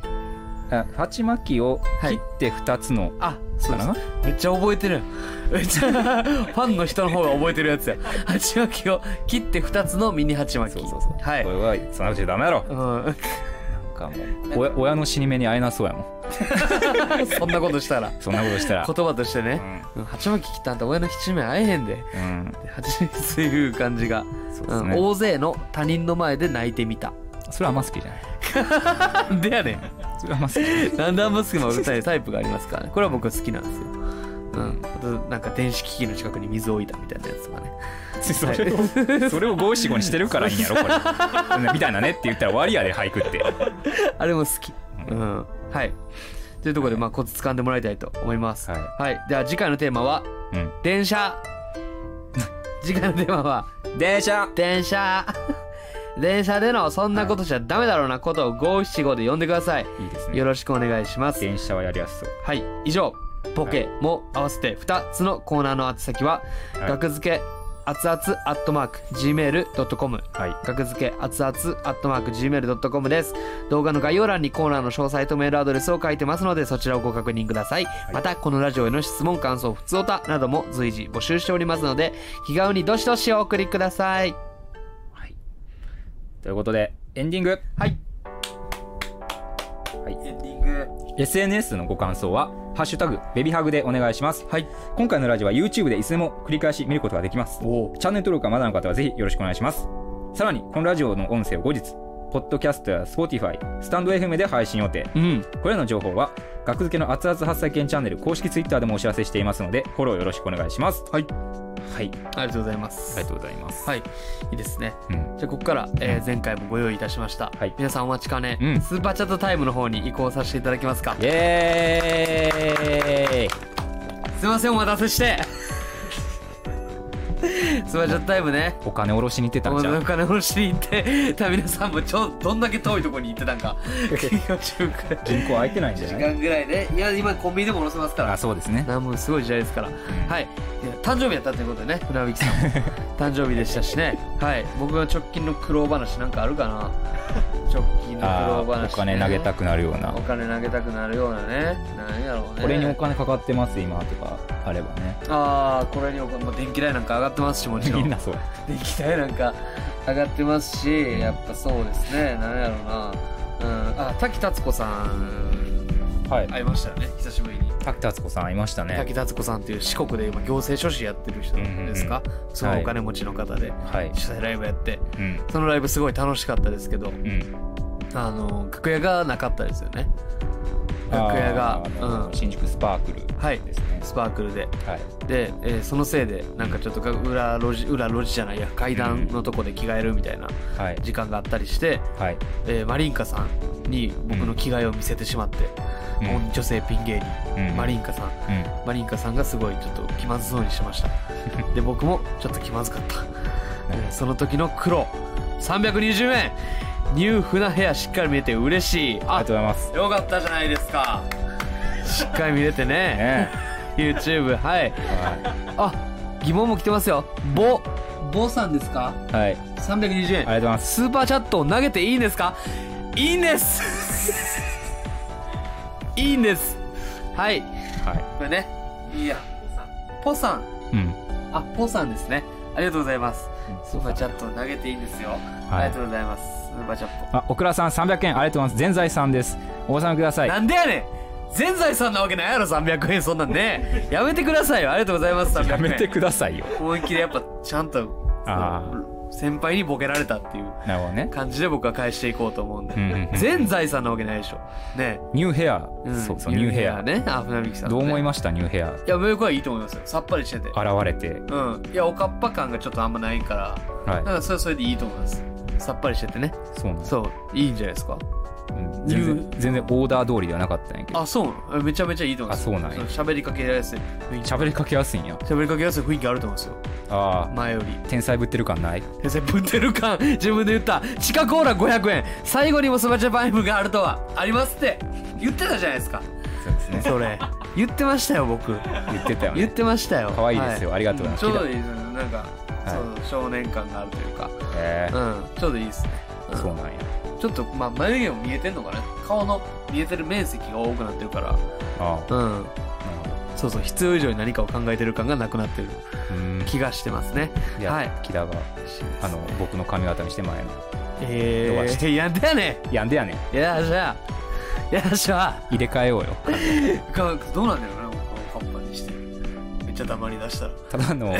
Speaker 1: あ鉢巻きを切って2つの、
Speaker 2: あそ
Speaker 1: か
Speaker 2: うで
Speaker 1: な
Speaker 2: すめっちゃ覚えてる めっちゃファンの人の方が覚えてるやつや鉢巻きを切って2つのミニ鉢巻き
Speaker 1: そうそうそう、
Speaker 2: はい
Speaker 1: これはそんなことちゃダメやろ
Speaker 2: うん
Speaker 1: なんかもう親親の死に目に会えなそうやもん
Speaker 2: そんなことしたら
Speaker 1: そんなことしたら
Speaker 2: 言葉としてねうん鉢巻き切ったんて親の七面会えへんで
Speaker 1: うん、うん、
Speaker 2: 鉢巻きっていう感じが
Speaker 1: そうで
Speaker 2: う
Speaker 1: す
Speaker 2: ん
Speaker 1: ね、
Speaker 2: 大勢の他人の前で泣いてみた。
Speaker 1: それはあんま好きじゃない
Speaker 2: なんでやねん。
Speaker 1: それはあんま好きじゃない
Speaker 2: なんであんま好きな歌いタイプがありますからね。これは僕好きなんですよ。うん。あと、なんか電子機器の近くに水を置いたみたいなやつとかね。
Speaker 1: それを、それを五七五にしてるからいいんやろこれ みたいなねって言ったら終わりやで俳句っては
Speaker 2: あれも好き。
Speaker 1: う
Speaker 2: う
Speaker 1: ん
Speaker 2: ん。はい。というところで、まあ、コツ掴んでもらいたいと思います。はい。では、次回のテーマは、
Speaker 1: い、うん、
Speaker 2: 電 車。次回のテーマは、
Speaker 1: 電車
Speaker 2: 電車。 電車でのそんなことじゃダメだろうなことを五七五で呼んでください。
Speaker 1: いいです
Speaker 2: よ
Speaker 1: ね
Speaker 2: ろしくお願いします。
Speaker 1: 電車はやりやすそう
Speaker 2: はい以上ポケも合わせて2つのコーナーの宛先は、
Speaker 1: はい
Speaker 2: 学付け熱々アットマーク Gmail.com
Speaker 1: はい
Speaker 2: 学付け熱々アットマーク Gmail.com です動画の概要欄にコーナーの詳細とメールアドレスを書いてますのでそちらをご確認ください、
Speaker 1: い
Speaker 2: またこのラジオへの質問感想普通おたなども随時募集しておりますので気軽にどしどしお送りください
Speaker 1: はいということでエンディング
Speaker 2: はい
Speaker 1: はい、エンディング SNS のご感想は「ハッシュタグベビハグ」でお願いします
Speaker 2: はい
Speaker 1: 今回のラジオは YouTube でいつでも繰り返し見ることができますチ
Speaker 2: お
Speaker 1: ャンネル登録がまだの方はぜひよろしくお願いしますさらにこのラジオの音声を後日ポッドキャストや Spotify スタンド FM で配信予定
Speaker 2: うん
Speaker 1: これらの情報は学付けの熱々発災研チャンネル公式 Twitter でもお知らせしていますのでフォローよろしくお願いします
Speaker 2: はい
Speaker 1: はいあ
Speaker 2: ありがとうございます
Speaker 1: りがとうございます
Speaker 2: はいいいですね
Speaker 1: うん
Speaker 2: じゃあここから、えー前回もご用意いたしました、
Speaker 1: はい
Speaker 2: 皆さんお待ちかね、
Speaker 1: うん
Speaker 2: スーパーチャットタイムの方に移行させていただきますか
Speaker 1: イエーイ
Speaker 2: すいませんお待たせしてスマジャタイムね
Speaker 1: お金下ろしに行ってたんじゃ
Speaker 2: お
Speaker 1: ん
Speaker 2: 金欲しいってタミナさんもちょどんだけ遠いところに行ってたんか10くらい
Speaker 1: 銀行空いてないんじゃ
Speaker 2: 時
Speaker 1: ない
Speaker 2: 間ぐらいでいや今コンビニでも下ろせますから
Speaker 1: あそうですね
Speaker 2: なもうすごい時代ですから、
Speaker 1: ん
Speaker 2: はいいや誕生日やったということでね船引さんも 誕生日でしたしねはい僕が直近の苦労話なんかあ るかな直近の苦
Speaker 1: あ
Speaker 2: 労話、
Speaker 1: ー
Speaker 2: ね、
Speaker 1: お金投げたくなるような
Speaker 2: お金投げたくなるようなねなんやろうね
Speaker 1: これにお金かかってます今とかあればね
Speaker 2: ああこれにお金もう電気代なんか上がってますしもちろ
Speaker 1: み
Speaker 2: ん
Speaker 1: んなそう
Speaker 2: 電気代なんか上がってますしやっぱそうですねなんやろうなうんあ滝達子さん
Speaker 1: はい
Speaker 2: 会いましたよね久しぶりに
Speaker 1: 滝達子さんいましたね
Speaker 2: 滝達子さんっていう四国で今行政書士やってる人ですか、そのお金持ちの方で
Speaker 1: はい
Speaker 2: 主催ライブやって
Speaker 1: うん
Speaker 2: そのライブすごい楽しかったですけど
Speaker 1: うん
Speaker 2: あの楽屋がなかったですよね楽屋が
Speaker 1: あー
Speaker 2: うん
Speaker 1: 新宿スパークル
Speaker 2: はい
Speaker 1: ですね
Speaker 2: スパークルで
Speaker 1: はい
Speaker 2: で、えーそのせいでなんかちょっとが裏路地裏路地じゃないや階段のとこで着替えるみたいな
Speaker 1: はい
Speaker 2: 時間があったりして、
Speaker 1: はい
Speaker 2: えーマリンカさんに僕の着替えを見せてしまって、
Speaker 1: うん
Speaker 2: もう女性ピン芸人、
Speaker 1: うん
Speaker 2: マリンカさん
Speaker 1: うん
Speaker 2: マリンカさんがすごいちょっと気まずそうにしてま したで僕もちょっと気まずかった、えーその時の黒320円ニューフな部屋しっかり見えて嬉しい
Speaker 1: あ
Speaker 2: あ
Speaker 1: りがとうございます
Speaker 2: よかったじゃないですかしっかり見れてね
Speaker 1: ね
Speaker 2: YouTube はい
Speaker 1: は
Speaker 2: あ疑問も来てますよボボさんですか
Speaker 1: いはいあり
Speaker 2: 320円
Speaker 1: がとうございます
Speaker 2: スーパーチャットを投げていいんですかいいんです いいんですはい
Speaker 1: は
Speaker 2: これねいいやポさん
Speaker 1: いうん
Speaker 2: あポさんですねありがとうございます
Speaker 1: うん
Speaker 2: スーパーチャットを投げていいんですよ、ありがとうございますスーパーチャット
Speaker 1: あ小倉さん300円ありがとうございます全財さんですお納めください
Speaker 2: なんでやねん全財産なわけないやろ300円そんなんねやめてくださいよありがとうございます300円
Speaker 1: やめてくださいよ
Speaker 2: 思いっきりやっぱちゃんと
Speaker 1: あ
Speaker 2: 先輩にボケられたっていう
Speaker 1: なるほどね
Speaker 2: 感じで僕は返していこうと思うんで、
Speaker 1: うんうんうん
Speaker 2: 全財産なわけないでしょね
Speaker 1: ニューヘア、
Speaker 2: え、ん
Speaker 1: そうそうニューヘア
Speaker 2: ねあ船引さん、ね、
Speaker 1: どう思い
Speaker 2: ま
Speaker 1: ましたニューヘア
Speaker 2: すいや僕はいいと思いますよさっぱりしてて
Speaker 1: 現れて
Speaker 2: うんいやおかっぱ感がちょっとあんまないからだか
Speaker 1: は
Speaker 2: らそれはそれでいいと思いますさっぱりしててね
Speaker 1: いそうなん
Speaker 2: そういいんじゃないですか
Speaker 1: うん全然全然オーダー通りではなかったんやけど
Speaker 2: あそうなのめちゃめちゃいいと思います
Speaker 1: あそうなんや
Speaker 2: 喋りかけやすい雰囲気
Speaker 1: 喋りかけやすいんや
Speaker 2: 喋りかけやすい雰囲気あると思うんですよ
Speaker 1: ああ
Speaker 2: 前より
Speaker 1: 天才ぶってる感ない
Speaker 2: 先生ぶってる感 自分で言った地下コーラ500円最後にもスマチャパイムがあるとはありますって言ってたじゃないですか
Speaker 1: そうですね
Speaker 2: それ言ってました よ僕
Speaker 1: 言ってたよ
Speaker 2: 言っ
Speaker 1: ね
Speaker 2: てましたよ
Speaker 1: 可愛いですよ、
Speaker 2: は
Speaker 1: ありがとうございます
Speaker 2: ちょうどいいですねなんか、
Speaker 1: は
Speaker 2: そう少年感があるというか
Speaker 1: へえ
Speaker 2: うんちょうどいいですね、うん
Speaker 1: そうなんや
Speaker 2: ちょっとまあ眉毛も見えてんのかな顔の見えてる面積が多くなってるか
Speaker 1: あ
Speaker 2: らうん
Speaker 1: あなるほど
Speaker 2: そうそう必要以上に何かを考えてる感がなくなってる
Speaker 1: うーん
Speaker 2: 気がしてますね
Speaker 1: いや、
Speaker 2: はい
Speaker 1: 木田があの僕の髪型にして前の伸ば
Speaker 2: え
Speaker 1: し
Speaker 2: ー、いやだよね
Speaker 1: やんでやねん
Speaker 2: いやじゃあいやじゃあ
Speaker 1: 入れ替えようよ
Speaker 2: かどうなんだろうねこのカッパにしてめっちゃ黙り出したら
Speaker 1: ただ の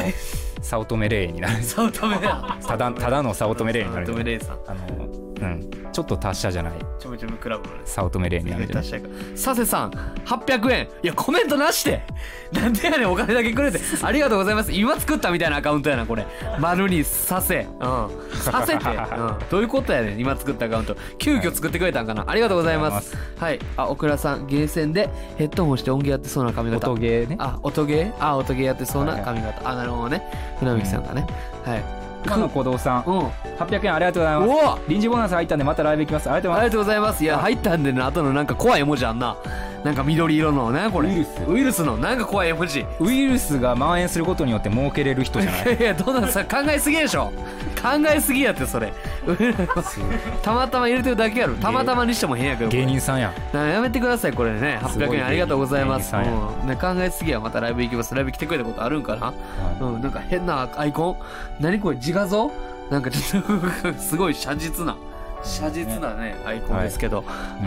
Speaker 1: 早乙女霊になる
Speaker 2: 早乙女だ
Speaker 1: ただただの早乙女霊になる
Speaker 2: 早乙女レイさん
Speaker 1: あのうんちょっと達者じゃない
Speaker 2: ちょめちょめクラブのです
Speaker 1: 早乙女霊になるじゃない
Speaker 2: 確かにサセさん800円いやコメントなしで なんでやねんお金だけくれてありがとうございます今作ったみたいなアカウントやなこれ丸にサセうんサセって、うん、どういうことやねん今作ったアカウント急遽作ってくれたんかな、ありがとうございますはいあ小倉さんゲーセンでヘッドホンして音源やってそうな髪型
Speaker 1: 音ゲーね
Speaker 2: あ、音ゲーあ、音ゲーやってそうな髪型。あ、なるほどね。船引さんがね。はい。
Speaker 1: かの鼓動さん
Speaker 2: うん。
Speaker 1: 800円ありがとうございます
Speaker 2: おお
Speaker 1: 臨時ボーナス入ったんでまたライブ行きますありがとうご
Speaker 2: あ
Speaker 1: ざい
Speaker 2: りがとうございます。いや、入ったんでな、後のなんか怖い絵文字あんな。なんか緑色の、なこれ。
Speaker 1: ウイルス
Speaker 2: ウイルスの、なんか怖い絵文字。い
Speaker 1: ますウイルスが蔓延することによって儲けれる人じゃない
Speaker 2: やいや、どうなんさ、考えすぎでしょ。考えすぎやって、それ。ウイルスたまたま入れてるだけやろ。たまたまにしても変やけど。これ
Speaker 1: 芸人さんや
Speaker 2: なやめてくださいこれね
Speaker 1: すご
Speaker 2: 800
Speaker 1: い
Speaker 2: 円ありがとうございます
Speaker 1: 芸人さん
Speaker 2: うんね、考えすぎやまたライブ行きますライブ来てくれたことあるんかな、うん、なんか変なアイコン何これ自画像なんかちょっと すごい写実な写実なねアイコンですけどは、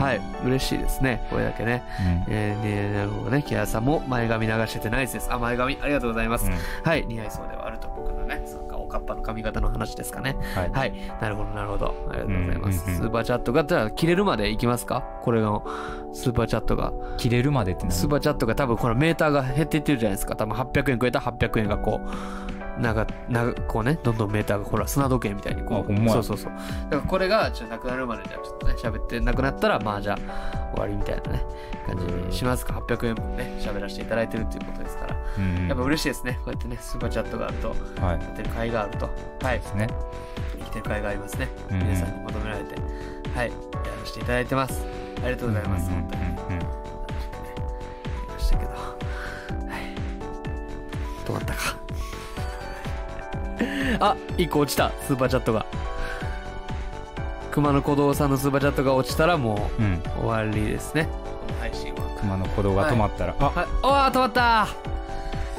Speaker 1: はいい
Speaker 2: 嬉しいですねこれだけね,、
Speaker 1: うん
Speaker 2: えーねなるほどね木原さんも前髪流しててナイスですあ前髪ありがとうございます、
Speaker 1: うん
Speaker 2: はい似合いそうではあると僕のねそうかおかっぱの髪型の話ですかね
Speaker 1: はい
Speaker 2: はい、なるほど、なるほど。ありがとうございます。
Speaker 1: うんうんうん
Speaker 2: スーパーチャットが、じゃあ、切れるまでいきますかこれの、スーパーチャットが。
Speaker 1: 切れるまでって何
Speaker 2: スーパーチャットが多分、このメーターが減っていってるじゃないですか。多分、800円くれたら800円がこう、長長こうねどんどんメーターがほら砂時計みたいに
Speaker 1: あ
Speaker 2: こ
Speaker 1: ほ
Speaker 2: うん
Speaker 1: まや
Speaker 2: そうそうそうだからこれがちょっとなくなるまでじゃあちょっとね喋ってなくなったらまあじゃあ終わりみたいなね感じにしますか800円分ね喋らせていただいてるっていうことですから
Speaker 1: うん
Speaker 2: やっぱ嬉しいですねこうやってねスーパーチャットがあると
Speaker 1: はい
Speaker 2: やってる甲斐があるとはい
Speaker 1: ですね
Speaker 2: 生きてる甲斐がありますね
Speaker 1: うん
Speaker 2: 皆さんに求められてはいやらせていただいてますありがとうございます
Speaker 1: うん
Speaker 2: 本当に
Speaker 1: うんうん
Speaker 2: やりましたけどはい止まったかあ一1個落ちたスーパーチャットが熊野古道さんのスーパーチャットが落ちたらも
Speaker 1: うんうん
Speaker 2: う終わりですねこの配信は
Speaker 1: 熊の歩道が止まったら、あ
Speaker 2: はい、おー止まった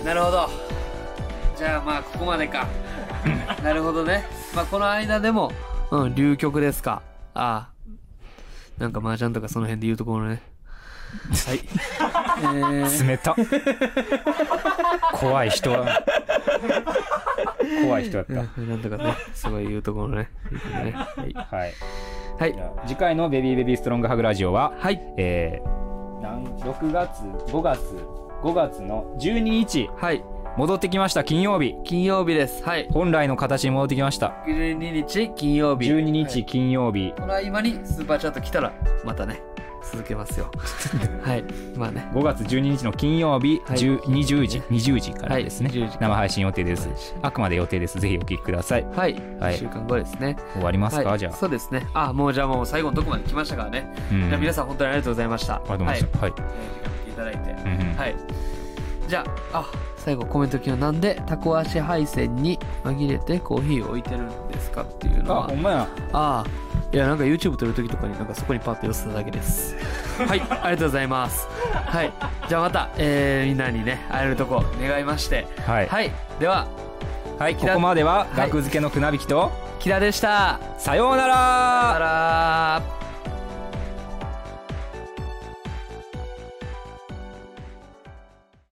Speaker 2: なるほどじゃあまあここまで かなるほどねまあこの間でもうん流局ですかああなんか麻雀とかその辺で言うところのねはいえー
Speaker 1: 冷た怖い人は怖い人だっ
Speaker 2: うんなんとかね すごい言うところのね言うところねはい
Speaker 1: たはい
Speaker 2: はい
Speaker 1: じゃあ次回の「ベビーベビーストロングハグラジオは」
Speaker 2: はい
Speaker 1: えーなん6月5月5月の12日
Speaker 2: はい
Speaker 1: 戻ってきました金曜日
Speaker 2: 金曜日ですはい
Speaker 1: 本来の形に戻ってきました
Speaker 2: 12日金曜日
Speaker 1: 12日金曜日、
Speaker 2: この合間にスーパーチャット来たらまたね続けます よはいまあね
Speaker 1: 5月12日の金曜日、
Speaker 2: はい
Speaker 1: 10 20時20時からですね、
Speaker 2: はい20時
Speaker 1: 生配信予定です
Speaker 2: はい
Speaker 1: あくまで予定ですぜひお聞きください
Speaker 2: はい、
Speaker 1: はい
Speaker 2: 1週間後ですね。
Speaker 1: 終わりますか、
Speaker 2: はい、
Speaker 1: じゃあ、
Speaker 2: そうですね。あ、もうじゃあもう最後のとこまで来ましたからね。
Speaker 1: うん
Speaker 2: じゃあ皆さん本当にありがとうございました。
Speaker 1: ありがとうございましたはい、
Speaker 2: はい、時間来ていただいて。
Speaker 1: うんうん
Speaker 2: はい。じゃあ、あ、最後コメント機能なんで、タコ足配線に紛れてコーヒーを置いてるんですかっていうの
Speaker 1: あ
Speaker 2: は
Speaker 1: ほ。んまや
Speaker 2: ああ、いや、なんか YouTube 撮るときとかになんかそこにパッと寄せただけです。はい、ありがとうございます。はい。じゃあまた、えーみんなにね、会えるとこ願いまして。
Speaker 1: はい、
Speaker 2: はい。では、
Speaker 1: はい、こ
Speaker 2: だ
Speaker 1: こまでは
Speaker 2: はい
Speaker 1: 学付けの船引きと、
Speaker 2: キラでした。
Speaker 1: さようなら
Speaker 2: さよなら